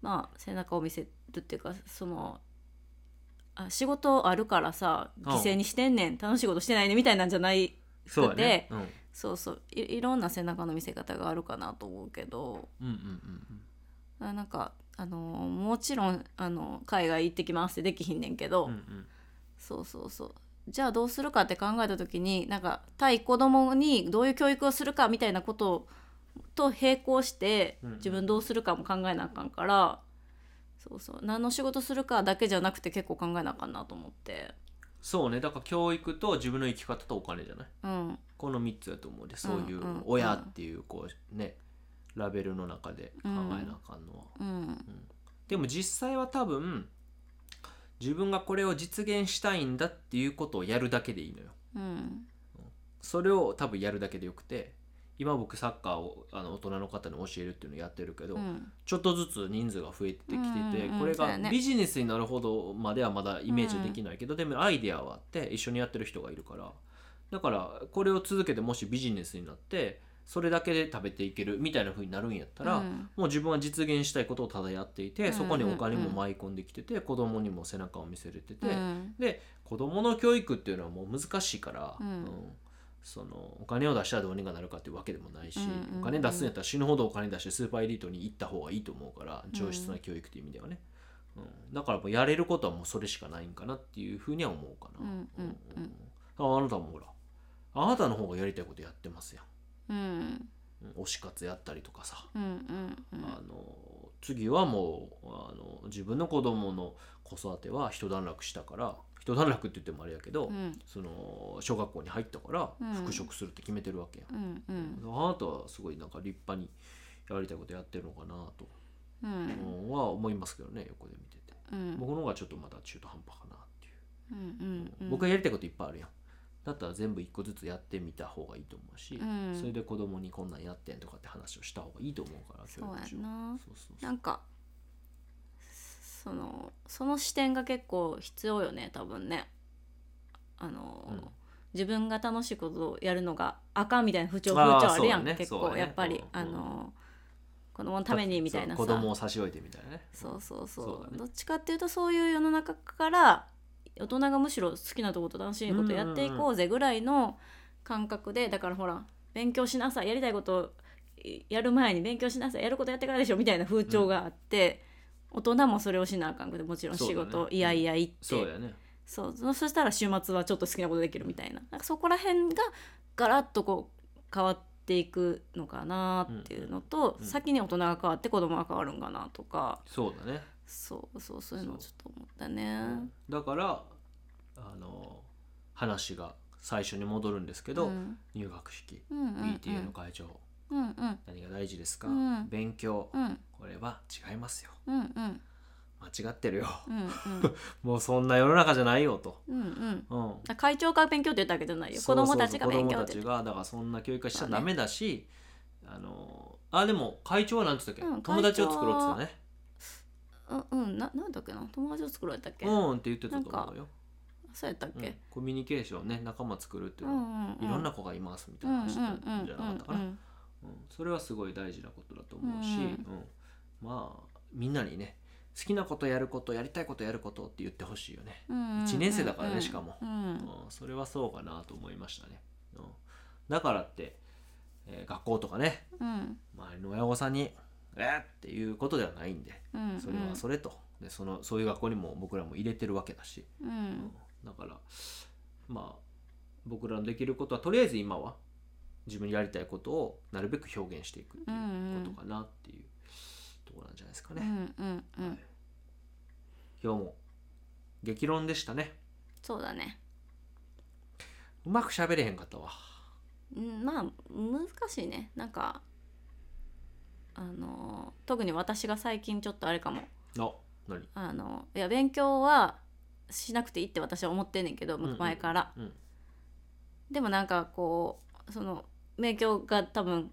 S2: まあ背中を見せるっていうかそのあ仕事あるからさ
S1: うん
S2: 犠牲にしてんねん、楽しいことしてないねみたいなんじゃない
S1: そうだね、うん、
S2: そうそういいろんな背中の見せ方があるかなと思うけど
S1: うんうんうん
S2: あなんかあのもちろんあの海外行ってきますってできひんねんけど、
S1: うんうん
S2: そうそうそうじゃあどうするかって考えた時になんか対子供にどういう教育をするかみたいなことと並行して
S1: うんうん
S2: 自分どうするかも考えなあかんから、そうそう何の仕事するかだけじゃなくて結構考えなあかんなと思って
S1: そうねだから教育と自分の生き方とお金じゃない
S2: うん
S1: この3つだと思うでそういう
S2: うんうん
S1: 親っていうこうねラベルの中で考えなあかんのは、
S2: うん
S1: でも実際は多分自分がこれを実現したいんだっていうことをやるだけでいいのよ
S2: うん
S1: それを多分やるだけでよくて今僕サッカーをあの大人の方に教えるっていうのをやってるけど、
S2: うん
S1: ちょっとずつ人数が増えてきてて、
S2: うんうん
S1: これ
S2: そう
S1: が
S2: やね
S1: ビジネスになるほどまではまだイメージできないけど、でもアイデアはあって一緒にやってる人がいるからだからこれを続けてもしビジネスになってそれだけで食べていけるみたいな風になるんやったら、
S2: うん
S1: もう自分は実現したいことをただやっていて、
S2: うん
S1: そこにお金も舞い込んできてて、子供にも背中を見せれてて、
S2: うん
S1: で子どもの教育っていうのはもう難しいから、
S2: うん
S1: そのお金を出したらどうにかなるかっていうわけでもないし、
S2: うんうんうん
S1: お金出すんやったら死ぬほどお金出してスーパーエリートに行った方がいいと思うから
S2: ん
S1: 上質な教育っていう意味ではね、うんだからもうやれることはもうそれしかないんかなっていうふうには思うかな、
S2: うんうんうん
S1: ああなたもほらあなたの方がやりたいことやってますや
S2: うん
S1: ん、うん推し活やったりとかさ、
S2: うんうんうん
S1: あの次はもうあの自分の子供の子育ては一段落したから一段落って言ってもあれやけど、
S2: うん
S1: その小学校に入ったから
S2: うん
S1: 復職するって決めてるわけや、
S2: うんうん
S1: ん、あなたはすごいなんか立派にやりたいことやってるのかなと、う
S2: う
S1: んんは思いますけどね横で見てて、
S2: うん
S1: 僕の方がちょっとまだ中途半端かなっていう、
S2: うんうんうん
S1: 僕がやりたいこといっぱいあるやんだったら全部一個ずつやってみた方がいいと思うし、
S2: うん
S1: それで子供にこんなんやってんとかって話をした方がいいと思うから
S2: そうやな
S1: 教育上そうそうそう
S2: なんかそのその視点が結構必要よね多分ねあの、
S1: うん
S2: 自分が楽しいことをやるのがあかんみたいな不調不
S1: あー
S2: 調あるやん、
S1: そうだね
S2: 結
S1: そう
S2: 構
S1: だね
S2: やっぱり、
S1: うん
S2: あ
S1: うん
S2: の子供のためにみたいなさ
S1: そう子供を差し置いてみたいなね
S2: そうそうそう
S1: そうだね
S2: どっちかっていうとそういう世の中から大人がむしろ好きなとこと楽しいことやっていこうぜぐらいの感覚でだからほら勉強しなさいやりたいこといやる前に勉強しなさいやることやってからでしょみたいな風潮があって、大人もそれをしなあかんくてもちろん仕
S1: そうだ
S2: 事、
S1: ね
S2: いやいや行って
S1: そうだよね
S2: そうそそしたら週末はちょっと好きなことできるみたいななんかそこら辺がガラッとこう変わっていくのかなっていうの
S1: う
S2: と、
S1: んうん
S2: 先に大人が変わって子供が変わるんかなとか。
S1: そうだね
S2: そうそうそういうのをちょっと思った
S1: う
S2: ね
S1: ん。だからあの話が最初に戻るんですけど、
S2: うん
S1: 入学式
S2: うんうんうん
S1: PTA の会長、
S2: うんうん
S1: 何が大事ですか、
S2: うん
S1: 勉強、
S2: うん
S1: これは違いますよ
S2: うんうん
S1: 間違ってるよ
S2: うん
S1: もうそんな世の中じゃないよと、
S2: うんうん
S1: うん、
S2: 会長が勉強って言ったわけじゃないよ子供たちが勉
S1: そうそうそう子
S2: 強
S1: 供
S2: ったて
S1: ち
S2: 言った
S1: がだからそんな教育はしちゃダメだし、あのあでも会長は何て言ったっけ、
S2: うん
S1: 友達を作ろうって言ったね
S2: うんうんななんだっけな友達を作ろうやったっけ
S1: うんって言ってたと思うよ、
S2: そうやったっ
S1: うん
S2: け
S1: コミュニケーションね仲間作るっていううのは、
S2: んうん
S1: いろんな子がいますみた
S2: う
S1: い
S2: ん
S1: な
S2: う
S1: ん
S2: うん
S1: 話
S2: う
S1: だったん
S2: ん
S1: じゃなかったかな、
S2: うん
S1: うん、それはすごい大事なことだと思うし、う
S2: う
S1: んんまあみんなにね好きなことやることやりたいことやることって言ってほしいよね、
S2: うん
S1: 一年生だからねしかも
S2: うん
S1: うん、それはそうかなと思いましたね、うん、だからって、えー学校とかね
S2: うん
S1: 周りの親御さんに「えっ!」っていうことではないんで
S2: うん
S1: それはそれとでそのそういう学校にも僕らも入れてるわけだし、
S2: う
S1: うん
S2: ん
S1: だからまあ僕らのできることはとりあえず今は自分にやりたいことをなるべく表現していくっていうことかなっていうところなんじゃないですか
S2: う
S1: ね。
S2: んうんうん
S1: 今日も激論でしたね。
S2: そうだね
S1: うまく喋れへんかったわ。
S2: うんまあ難しいねなんかあの特に私が最近ちょっとあれかも
S1: あ何
S2: あのいや勉強はしなくていいって私は思ってんねんけど
S1: んうん
S2: 前から、
S1: うん
S2: でもなんかこうその勉強が多分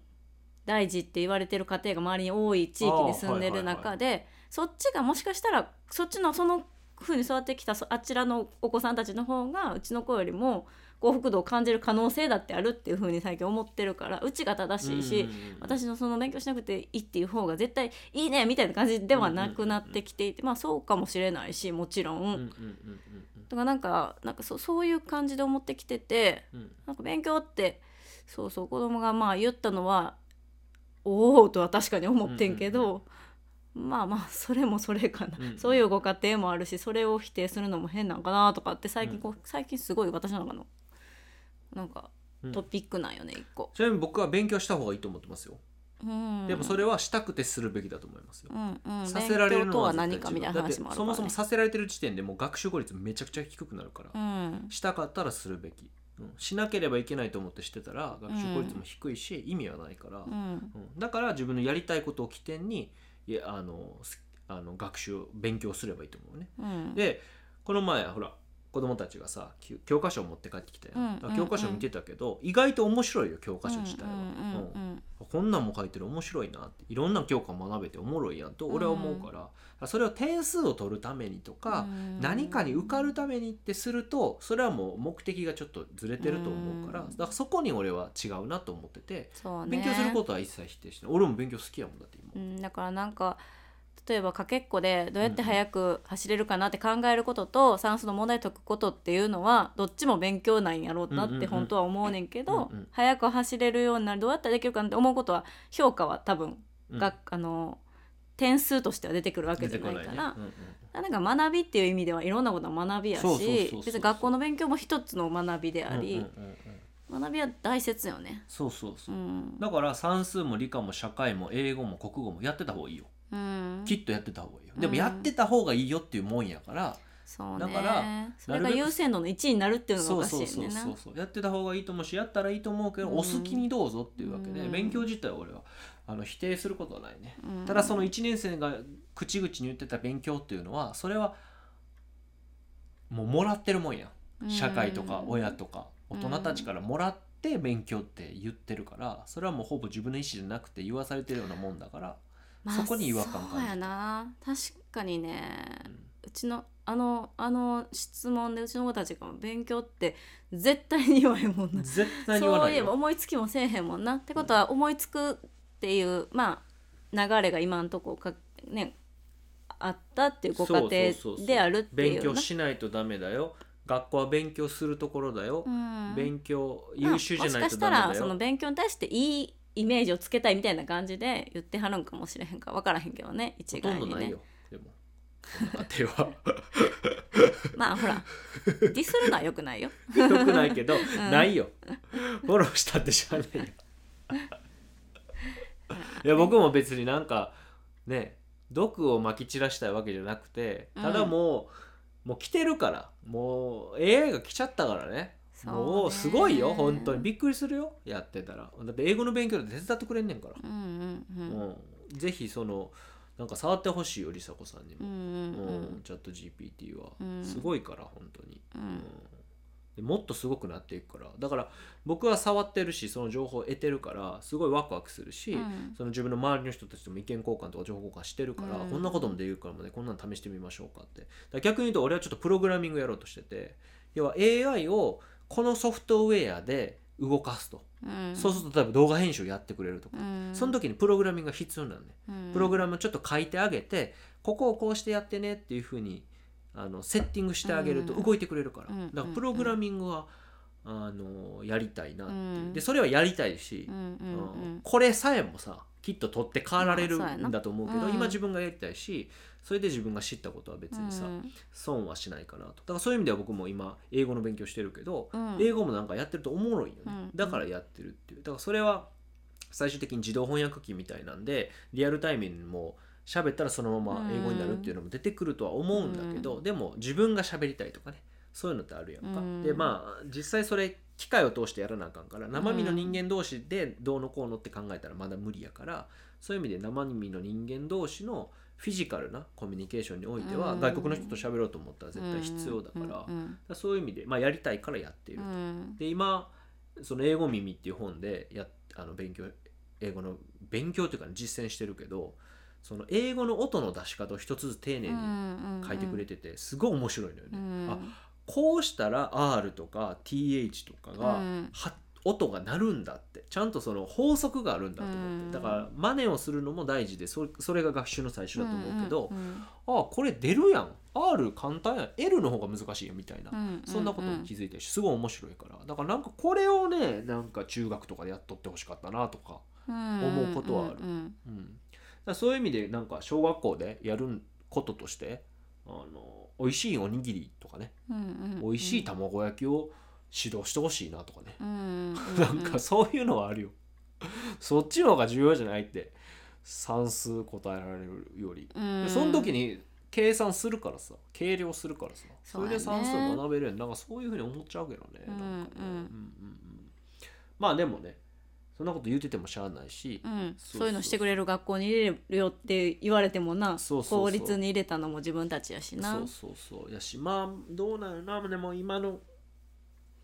S2: 大事って言われてる家庭が周りに多い地域に住んでる中で、そっちがもしかしたらそっちのその風に育ってきたそあちらのお子さんたちの方がうちの子よりも幸福度を感じる可能性だってあるっていう風に最近思ってるからうちが正しいし、
S1: うんうんうん
S2: 私のその勉強しなくていいっていう方が絶対いいねみたいな感じではなくなってきていて、まあそうかもしれないしもちろん、
S1: うんうんうんうん
S2: とかなんかなんかそそういう感じで思ってきてて
S1: うんうん
S2: なんか勉強ってそうそう子供がまあ言ったのはおおとは確かに思ってんけど、まあまあそれもそれかな、
S1: うんうん
S2: そういうご家庭もあるしそれを否定するのも変なんかなとかって最近こう、最近すごい私の中のなんか
S1: うん
S2: トピックなんよね一個。
S1: ちなみに僕は勉強した方がいいと思ってますよ。
S2: うん、
S1: でもそれはしたくてするべきだと思いますよ。
S2: うんうん、
S1: させられる
S2: 勉強
S1: の
S2: とは
S1: は
S2: 何かみたいな話
S1: だっ
S2: もある
S1: てそ
S2: から、ね、
S1: もそもさせられてる時点でもう学習効率めちゃくちゃ低くなるから、
S2: うん
S1: したかったらするべき、うん、しなければいけないと思ってしてたら学習効率も低いし、意味はないから、
S2: うん
S1: うんだから自分のやりたいことを起点にいやあのすあの学習を勉強すればいいと思うね。
S2: うん、
S1: でこの前ほら子供たちがさきゅ教科書を持って帰ってきたよ、
S2: うん
S1: だから教科書見てたけど、意外と面白いよ教科書自体は、
S2: うんうんうん
S1: こんなんも書いてる面白いなっていろんな教科学べておもろいやんと俺は思うから、それを点数を取るためにとか、
S2: うん
S1: 何かに受かるためにってするとそれはもう目的がちょっとずれてると思うから,、
S2: うん
S1: だからそこに俺は違うなと思ってて
S2: そうね
S1: 勉強することは一切否定してない俺も勉強好きやもんだって今
S2: う。ん、だからなんか例えばかけっこでどうやって速く走れるかなって考えることと、算数の問題解くことっていうのはどっちも勉強なんやろうな
S1: うん
S2: っ
S1: うんう
S2: て
S1: ん
S2: 本当は思うねんけど、
S1: うんうん
S2: 速く走れるようになるどうやったらできるかなって思うことは評価は多分
S1: うん
S2: が、あの点数としては出てくるわけ
S1: 出
S2: じ
S1: て
S2: ゃ
S1: こ
S2: ない
S1: ない
S2: か
S1: ね
S2: ら、
S1: うんうん
S2: あなんか学びっていう意味ではいろんなことは学びやし
S1: そうそうそうそう
S2: 別に学校の勉強も一つの学びであ
S1: うん
S2: り
S1: う、んうんうん
S2: 学びは大切よね。
S1: そうそうそうう、
S2: ん、
S1: だから算数も理科も社会も英語も国語もやってた方がいいよ
S2: うん、
S1: きっとやってた方がいいよでもやってた方がいいよっていうもんやから、
S2: そうね
S1: だから
S2: それが優先度の1位になるっていうのがお
S1: そう
S2: かしい
S1: そう
S2: ね
S1: そう
S2: な
S1: そうそうやってた方がいいと思うしやったらいいと思うけど、
S2: う
S1: お
S2: ん
S1: 好きにどうぞっていうわけで、
S2: うん
S1: 勉強自体は俺はあの否定することはないね、
S2: うん
S1: ただその1年生が口々に言ってた勉強っていうのはそれはもうもらってるもんやん社会とか親とか大人たちからもらって勉強って言ってるからそれはもうほぼ自分の意思じゃなくて言わされてるようなもんだから、そこに違和感感じた
S2: そうやな確かにね
S1: うん
S2: うちのあのあの質問でうちの子たちが勉強って絶対に言わへんもんな
S1: 絶対に言わ
S2: そ
S1: な
S2: う
S1: い
S2: いえば
S1: よ
S2: 思いつきもせえへんもんなってことは思いつくっていうまあ流れが今んとこかねあったっていうご
S1: そう
S2: 家
S1: そうそうそう
S2: 庭であるってい
S1: 勉
S2: う
S1: 強
S2: な
S1: しないとダメだよ学校は勉強するところだよ、
S2: うん
S1: 勉強
S2: まあ
S1: 優秀じゃない
S2: もしか
S1: と
S2: し
S1: ダ
S2: た
S1: メだよ、
S2: らその勉強に対していいイメージをつけたいみたいな感じで言ってはるんかもしれへんから分からへんけどね
S1: ほ
S2: 一
S1: と
S2: 概
S1: んど
S2: に
S1: ない
S2: ね
S1: よ、でもそんな家庭は
S2: まあほらディスるのはよくないよ
S1: よくないけど、
S2: ん
S1: ないよフォローしたってしゃあないよいや僕も別になんかね毒をまき散らしたいわけじゃなくてただもう、もう来てるからもう AI が来ちゃったからね
S2: そうね
S1: もうすごいよ本当にびっくりするよやってたらだって英語の勉強で手伝ってくれんねんから、
S2: うんうんう
S1: うんんぜひそのなんか触ってほしいよりさこさんに
S2: う
S1: も、
S2: んうん
S1: うんチャット GPT は、
S2: うん
S1: すごいから本当に、
S2: う
S1: うんんでもっとすごくなっていくからだから僕は触ってるしその情報を得てるからすごいワクワクするし、
S2: うん
S1: その自分の周りの人たちとも意見交換とか情報交換してるから、
S2: うん
S1: こんなこともできるからもねこんなの試してみましょうかってだから逆に言うと俺はちょっとプログラミングやろうとしてて要は AI をこのソフトウェアで動かすと、
S2: うん
S1: そうすると例えば動画編集やってくれるとか、
S2: うん
S1: その時にプログラミングが必要なんね
S2: うん
S1: プログラムをちょっと書いてあげてここをこうしてやってねっていう風にあのセッティングしてあげると
S2: うん
S1: 動いてくれるから、
S2: うん
S1: だからプログラミングは、あのやりたいなっていう、
S2: うん
S1: でそれはやりたいし
S2: う、んうんうん
S1: これさえもさきっと取って代わられる
S2: まあそうやなん
S1: だと思うけど、
S2: うん
S1: 今自分がやりたいしそれで自分が知ったことは別にさ、
S2: うん
S1: 損はしないかなとだからそういう意味では僕も今英語の勉強してるけど、
S2: うん
S1: 英語もなんかやってるとおもろいよね、
S2: うん
S1: だからやってるっていうだからそれは最終的に自動翻訳機みたいなんでリアルタイムにも喋ったらそのまま英語になるっていうのも出てくるとは思うんだけど、
S2: うん
S1: でも自分が喋りたいとかねそういうのってあるやんか、
S2: うん
S1: でまあ実際それ機械を通してやらなあかんから生身の人間同士でどうのこうのって考えたらまだ無理やからそういう意味で生身の人間同士のフィジカルなコミュニケーションにおいては、
S2: うん
S1: 外国の人と喋ろうと思ったら絶対必要だから,、だか
S2: うん
S1: らそういう意味で、まあ、やりたいからやっていうる、
S2: ん
S1: で今その英語耳っていう本でやっあの勉強英語の勉強というかね実践してるけどその英語の音の出し方を一つずつ丁寧
S2: う
S1: に
S2: ん
S1: 書いてくれててすごい面白いのよね、
S2: うん
S1: あこうしたら R とか TH とかが、
S2: うん
S1: は音が鳴るんだってちゃんとその法則があるんだと思って、
S2: うん
S1: だから真似をするのも大事でそそれが学習の最初だと思うけど、
S2: うん
S1: あこれ出るやん R 簡単やん L の方が難しいやんみたいな、
S2: うん
S1: そんなことに気づいたしすごい面白いからだからなんかこれをねなんか中学とかでやっとってほしかったなとか,、思うことはある
S2: うんうん
S1: うん、だからそういう意味でなんか小学校でやることとしてあの美味しいおにぎりとかね
S2: うん
S1: 美味しい卵焼きを指導してほしいなとかね、
S2: うん
S1: なんかそういうのはあるよそっちの方が重要じゃないって算数答えられるより、
S2: うん
S1: でその時に計算するからさ計量するからさそ
S2: そう
S1: れ
S2: や
S1: で
S2: ね
S1: 算数を学べるやんなんかそういうふうに思っちゃうけどねなんかね
S2: うんうん
S1: うんうんまあでもねそんなこと言っててもしゃあないし、
S2: うん
S1: そうそう
S2: そういうのしてくれる学校に入れるよって言われてもな
S1: そうそうそう
S2: 公立に入れたのも自分たちやしな
S1: そうそうそうやしまあどうなるなでも今の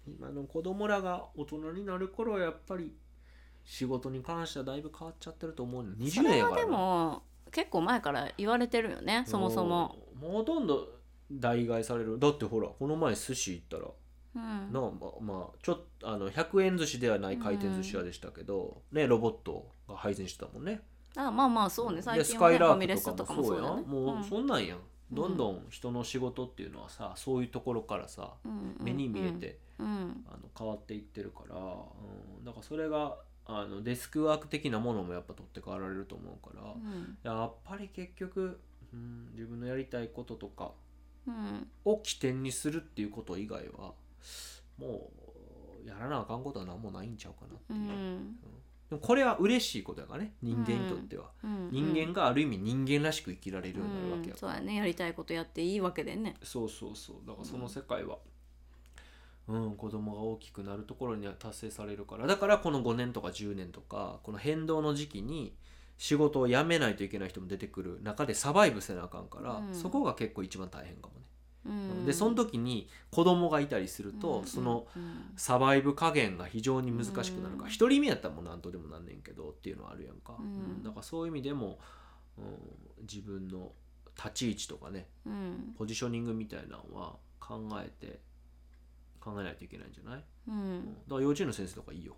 S1: 今の子供らが大人になる頃はやっぱり仕事に関してはだいぶ変わっちゃってると思うね20
S2: そ
S1: 年
S2: れ
S1: や
S2: は
S1: から
S2: で
S1: な
S2: も結構前から言われてるよねそもそも
S1: うんもうほとんど代替されるだってほらこの前寿司行ったら、
S2: うん
S1: なあまあまあちょっとあの100円寿司ではない回転寿司屋でしたけど、ねロボットが配膳してたもんね
S2: あまあまあそうね
S1: で
S2: 最
S1: ス
S2: 近
S1: カ
S2: はね
S1: イ
S2: フ
S1: ラ
S2: ァミレ
S1: ー
S2: ス
S1: クと
S2: と
S1: か
S2: か
S1: も
S2: も
S1: そ
S2: そ
S1: や
S2: うう
S1: ん
S2: だよね
S1: もうそんなんやん、
S2: うん
S1: どんどん人の仕事っていうのはさそういうところからさ
S2: うん
S1: 目に見えて、
S2: うん
S1: あの変わっていってるから、うん、だからそれがあのデスクワーク的なものもやっぱ取って代わられると思うから、
S2: うん
S1: やっぱり結局、うん、自分のやりたいこととか
S2: うん
S1: を起点にするっていうこと以外はもうやらなあかんことは何もないんちゃうかなって
S2: う
S1: いう、で
S2: ん
S1: もこれは嬉しいことやからね人間にとっては、
S2: うん
S1: 人間がある意味人間らしく生きられるようになるわけ
S2: う
S1: や
S2: ん
S1: か
S2: そう
S1: ら、
S2: やねやりたいことやっていいわけでね
S1: そうそうそうだからその世界はうん、子供が大きくなるところには達成されるからだからこの5年とか10年とかこの変動の時期に仕事を辞めないといけない人も出てくる中でサバイブせなあかんから、
S2: うん
S1: そこが結構一番大変かもね
S2: うん
S1: でその時に子供がいたりすると、その
S2: うん
S1: サバイブ加減が非常に難しくなるか
S2: う
S1: ら
S2: ん
S1: 一、人目やったらもう何とでもなんねんけどっていうのはあるやんか、
S2: うん
S1: うんだからそういう意味でも、うん自分の立ち位置とかね
S2: うん
S1: ポジショニングみたいなのは考えて考えないといけないんじゃない、う
S2: う
S1: んだ
S2: ん
S1: から幼稚園の先生とかいいよ、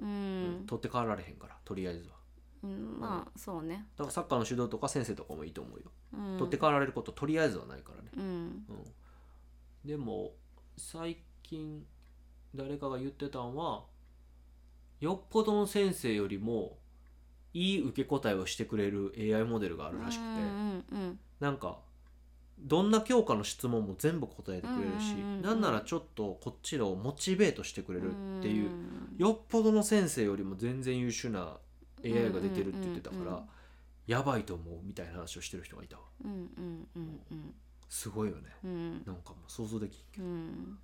S2: う
S1: うん
S2: ん
S1: 取って代わられへんからとりあえずは
S2: うんまあそうね
S1: だからサッカーの指導とか先生とかもいいと思うよ、
S2: うん
S1: 取って代わられることとりあえずはないからね
S2: うん
S1: うん、でも最近誰かが言ってたんはよっぽどの先生よりもいい受け答えをしてくれる AI モデルがあるらしくて、
S2: うんうん
S1: なんかどんな教科の質問も全部答えてくれるし、
S2: うんうんうんうん
S1: なんならちょっとこっちらをモチベートしてく
S2: う
S1: れる
S2: ん
S1: っていう、
S2: ん
S1: よっぽどの先生よりも全然優秀な AI が出てるって言ってたから、
S2: うんうんうんうん
S1: やばいと思うみたいな話をしてる人がいたわ
S2: うんうんうんうん
S1: すごいよね
S2: うん
S1: なんかもう想像できんけ
S2: う
S1: ど、
S2: ん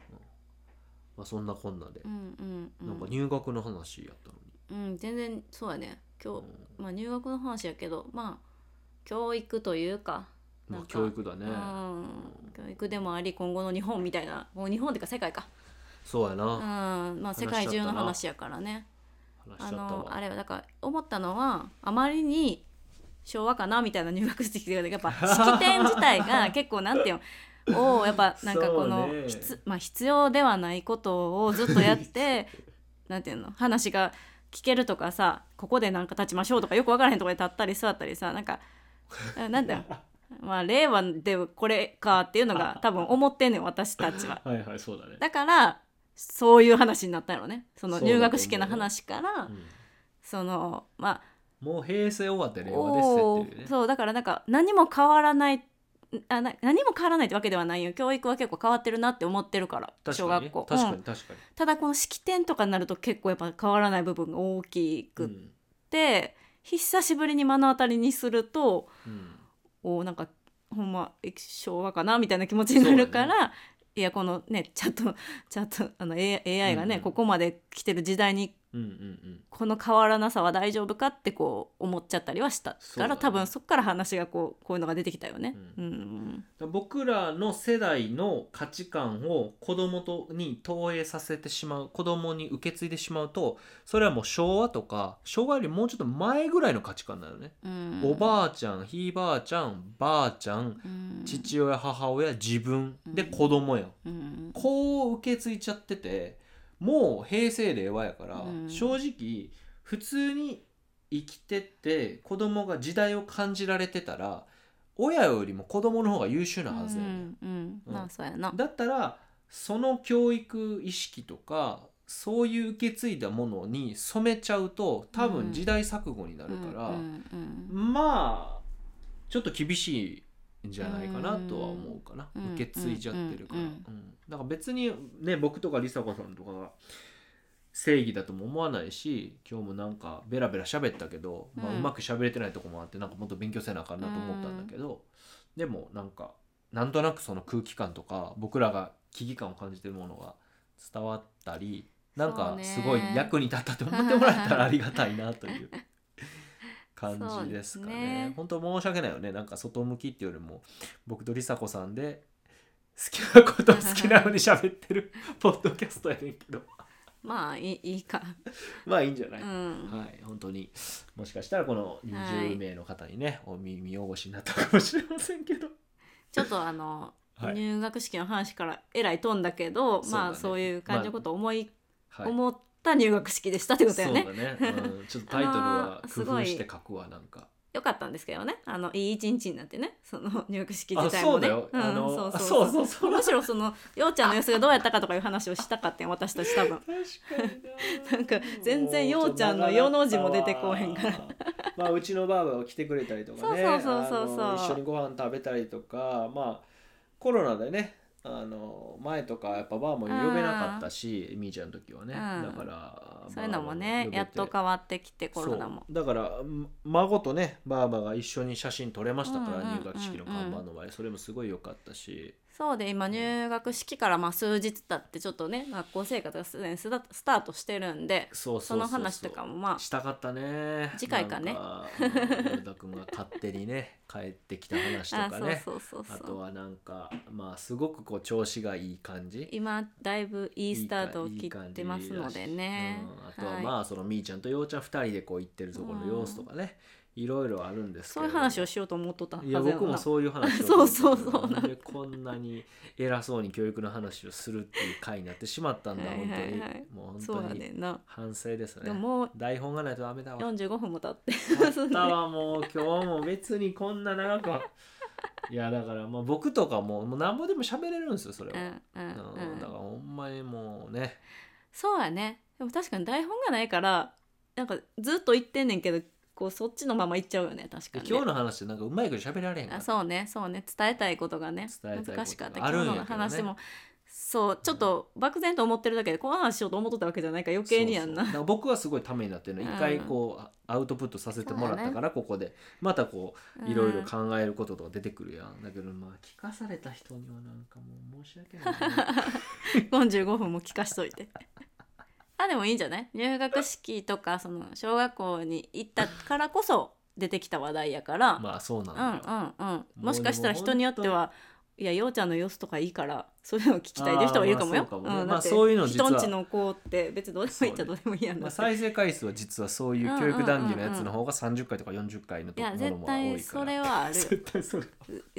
S1: まあ、そんなこんなで
S2: う、んうんうん
S1: なんか入学の話やったのに、
S2: うん全然そうやね今
S1: うん
S2: 日まあ入学の話やけどまあ教育というか
S1: ま
S2: な
S1: あ
S2: んか
S1: 教育だ
S2: う
S1: ね、
S2: ん教育でもあり今後の日本みたいなもう日本っていうか世界か
S1: そうやな、
S2: うん
S1: 話
S2: まあ世界中の話やからね
S1: し
S2: あ
S1: ちゃった
S2: の
S1: わ
S2: あれはだから思ったのはあまりに昭和かなみたいな入学式が やっぱ式典自体が結構なんていうのをや っぱなんかこの、
S1: そうね
S2: 必まあ、必要ではないことをずっとやって なんていうの話が聞けるとかさここでなんか立ちましょうとかよく分からへんところで立ったり座ったりさなんかあなん だよまあ令和でこれかっていうのが多分思ってんねん私たちは。
S1: はいはいそうだね
S2: だからそういう話になったんやろねその
S1: そうだと思う
S2: 入学式の話から
S1: うん
S2: そのま
S1: もう平成終わって
S2: あ
S1: 令和です
S2: お
S1: っていう
S2: ー
S1: ね
S2: そうだからなんか何も変わらないあな何も変わらないってわけではないよ教育は結構変わってるなって思ってるから
S1: 確
S2: 小
S1: かに
S2: 学
S1: ね
S2: 校
S1: 確か
S2: う
S1: に
S2: ん
S1: 確かに、
S2: ただこの式典とかになると結構やっぱ変わらない部分が大き
S1: う
S2: くっ
S1: ん
S2: て、久しぶりに目の当たりにすると
S1: うん
S2: おーなんかほんまえ昭和かなみたいな気持ちになるから、いやこのねちゃんとちゃんとあの A- AI
S1: う
S2: がね、
S1: んうん
S2: ここまで来てる時代に
S1: うんうんうん
S2: この変わらなさは大丈夫かってこう思っちゃったりはした
S1: そう
S2: か
S1: だ
S2: ら、
S1: ね
S2: 多分そこから話がこうこういうのが出てきたよね。
S1: う
S2: う
S1: だ
S2: ん
S1: から僕らの世代の価値観を子供とに投影させてしまう子供に受け継いでしまうとそれはもう昭和とか昭和よりもうちょっと前ぐらいの価値観なのね、
S2: うん
S1: おばあちゃんひいばあちゃんばあちゃん
S2: うん
S1: 父親母親自分
S2: うん
S1: で子供やん
S2: うん
S1: こう受け継いちゃっててもう平成令和やから、
S2: うん
S1: 正直普通に生きてって子供が時代を感じられてたら親よりも子供の方が優秀なはずやねん
S2: うんうんまあそうやな。
S1: だったらその教育意識とかそういう受け継いだものに染めちゃうと多分時代錯誤になるから、
S2: うんうん
S1: まあちょっと厳しいんじゃないかなとは思うかな、
S2: うん
S1: 受け継いじゃってるから、
S2: う
S1: うんん
S2: うん
S1: だから別にね僕とか梨紗子さんとかが正義だとも思わないし今日もなんかベラベラ喋ったけど、まあ、
S2: う
S1: うんまく喋れてないとこもあってなんかもっと勉強せなあかんなと思ったんだけど、でもなんかなんとなくその空気感とか僕らが危機感を感じてるものが伝わったりなん
S2: そう
S1: か
S2: ね
S1: すごい役に立ったと思ってもらえたらありがたいなという感じですかね
S2: そうですね
S1: 本当申し訳ないよねなんか外向きっていうよりも僕と梨紗子さんで好きなことを好きなように喋ってるポッドキャストやねんけど
S2: まあいいいいか。
S1: まあいいんじゃな
S2: う
S1: い、
S2: ん。
S1: はい本当にもしかしたらこの20名の方にね、お耳汚しになったかもしれませんけど
S2: ちょっとあの
S1: はい、
S2: 入学式の話からえらい飛んだけど、ま
S1: そうだ
S2: あ
S1: ね
S2: そういう感じのことを思い、
S1: はい、
S2: 思った入学式でしたってことだよね
S1: そう。だね、うん、ちょっとタイトルは
S2: あのー
S1: 工
S2: すご
S1: 夫
S2: い
S1: して書くわなんか
S2: よかったんですけどねあのいい一日になってねその入学式
S1: あ
S2: 自体も
S1: そうだ
S2: ね
S1: よ、
S2: ん
S1: あの
S2: そう
S1: あ
S2: そ
S1: そううそうそう
S2: むしろそのようちゃんの様子がどうやったかとかいう話をしたかってん私たち多分
S1: 確かにな
S2: なんか全然ようちゃんの世の字も出てこうへんから
S1: もうちょっと長かったわまあうちのばあばが来てくれたりとかね
S2: そうそうそうそうそう
S1: あの一緒にご飯食べたりとかまあコロナでねあの前とかやっぱばあも呼べなかったしみーちゃんの時はね、
S2: う
S1: だ
S2: ん
S1: から
S2: そういうのも
S1: ばあば
S2: ね
S1: 呼べて
S2: やっと変わってきてコロナも
S1: そうだからん孫とねばあばが一緒に写真撮れましたから、
S2: うんうんうんうん
S1: 入学式の看板の前それもすごい良かったし
S2: そうそうで今入学式からまあ数日経ってちょっとね学校生活がすでにスタスタートしてるんで
S1: そう
S2: その話とかもまあ
S1: したかったね
S2: 次回かね
S1: なんかあのヨルダ君が勝手に ね帰ってきた話と
S2: あ
S1: かね
S2: そうそう
S1: あ
S2: そうそ
S1: と
S2: う
S1: はなんかまあすごくこう調子がいい感じ
S2: 今だいぶいいスタートを
S1: いい
S2: 切
S1: か
S2: ってますのでね
S1: うんあとはまあ、そのみーちゃんとようちゃん2人でこう行ってるところの様子とかね、いろいろあるんですけ
S2: そう
S1: れ
S2: い
S1: ど
S2: う話をしようと思っとったはず
S1: いや僕も
S2: な
S1: そういう話
S2: そうそうそう
S1: なんでこんなに偉そうに教育の話をするっていう回になってしまったんだ
S2: はい
S1: 本
S2: は
S1: 当
S2: い
S1: に、
S2: はい
S1: もう
S2: そう
S1: 本
S2: だ
S1: 当
S2: ね
S1: に
S2: んな
S1: 反省ですね
S2: でもも
S1: 台本がないとダメだ
S2: う
S1: わ
S2: 45分も経って
S1: あったわもう今日も別にこんな長 くはいやだからまあ僕とかももうなんぼでも喋れるんですよそれ
S2: う
S1: は、
S2: んうん
S1: うんだ
S2: う
S1: から
S2: ん
S1: ほんまにもうね
S2: そうやねでも確かに台本がないからなんかずっと言ってんねんけどこうそっちのまま行っちゃうよね確か
S1: で
S2: にね
S1: 今日の話でなんかうまいこと喋られへんか
S2: あ
S1: ら
S2: そうねそうね伝えたいことがね
S1: 伝えたいことが
S2: 難しかった
S1: あ
S2: 今
S1: るんや
S2: 日
S1: けどね
S2: の話もそうちょっと漠然と思ってるだけでこの話しようと思っとったわけじゃないから余計にやん
S1: そ
S2: な
S1: うそうだから僕はすごいためになってるの
S2: うん
S1: 一回こうあアウトプットさせてもらったからここでまたこういろいろ考えることとか出てくるやんだけどまあ聞かされた人にはなんかもう申し訳ない ね
S2: うん45分も聞かしといてあでもいいんじゃない入学式とかその小学校に行ったからこそ出てきた話題やから、
S1: まあそうなんだよ
S2: うんうんうんもしかしたら人によってはいやようちゃんの様子とかいいからそういうのを聞きたいという人はいるかもよ
S1: あ。ーまあそうかもね
S2: ん
S1: まあ
S2: だって
S1: そういうの実は
S2: 人んちの子って別にどうでもいいっちゃ
S1: そ
S2: ど
S1: う
S2: うでもいいやん
S1: ま
S2: な
S1: あ、
S2: って
S1: 再生回数は実はそういう教育談義のやつの方が30回とか40回の
S2: い
S1: とこ
S2: や
S1: ろ
S2: 絶
S1: も多いから
S2: 対それはあるよ
S1: 絶対それ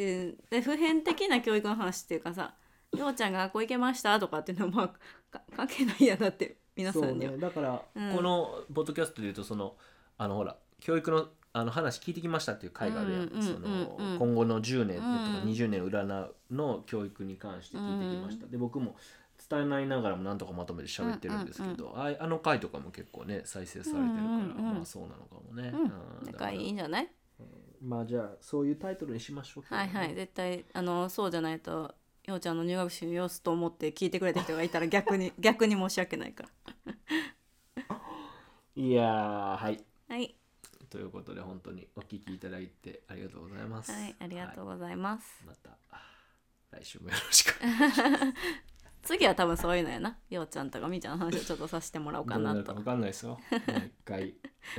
S2: うん、で普遍的な教育の話っていうかさ「ようちゃんが学校行けました」とかっていうのはまあか関係ないやなって皆さ
S1: そうん
S2: には
S1: ねだから、
S2: うん
S1: このポッドキャストでいうとそのあのほら教育のあの話聞いてきましたっていう回があるやん、
S2: うんうんうん
S1: その
S2: うん
S1: 今後の10年とか
S2: うん
S1: 20年占うの教育に関して聞いてきました、で僕も伝えないながらもなんとかまとめて喋ってるんですけど、あいあの回とかも結構ね再生されてるから、
S2: うんうんうん
S1: まあそうなのかもね、
S2: うん
S1: う
S2: だ
S1: だ
S2: か
S1: からら
S2: いいんじゃない
S1: まあじゃあそういうタイトルにしましょうか
S2: はいはい絶対あのそうじゃないとようちゃんの入学式の様子と思って聞いてくれた人がいたら逆に 逆に申し訳ないか
S1: いやーはい
S2: らはい、
S1: ということで本当にお聞きいただいてありがとうございます
S2: はい、ありがとう
S1: は
S2: ございます
S1: い、、また来週もよろしく
S2: 次は多分そういうのやなようちゃんとかみーちゃんの話をちょっとさせてもらおうかな
S1: どうる
S2: と
S1: わ かんないです よもう一回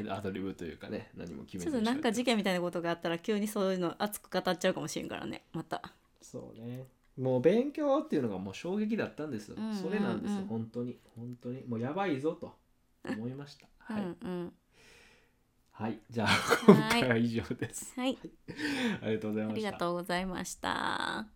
S1: アドリブというかね何も決め
S2: ちょ
S1: ず
S2: っ
S1: に
S2: となんか
S1: 喋
S2: 事
S1: って
S2: 件みたいなことがあったら急にそういうの熱く語っちゃうかもしれんからねまた
S1: そうねもう勉強っていうのがもう衝撃だったんですよ、
S2: うんうんうん
S1: それなんですよ本当に本当にもうやばいぞと思いましたはい、
S2: うんうん
S1: はいじゃあ
S2: い
S1: 今回は以上です、
S2: はい
S1: ありがとうござい
S2: あ
S1: ま
S2: り
S1: し
S2: が
S1: た
S2: とうございました。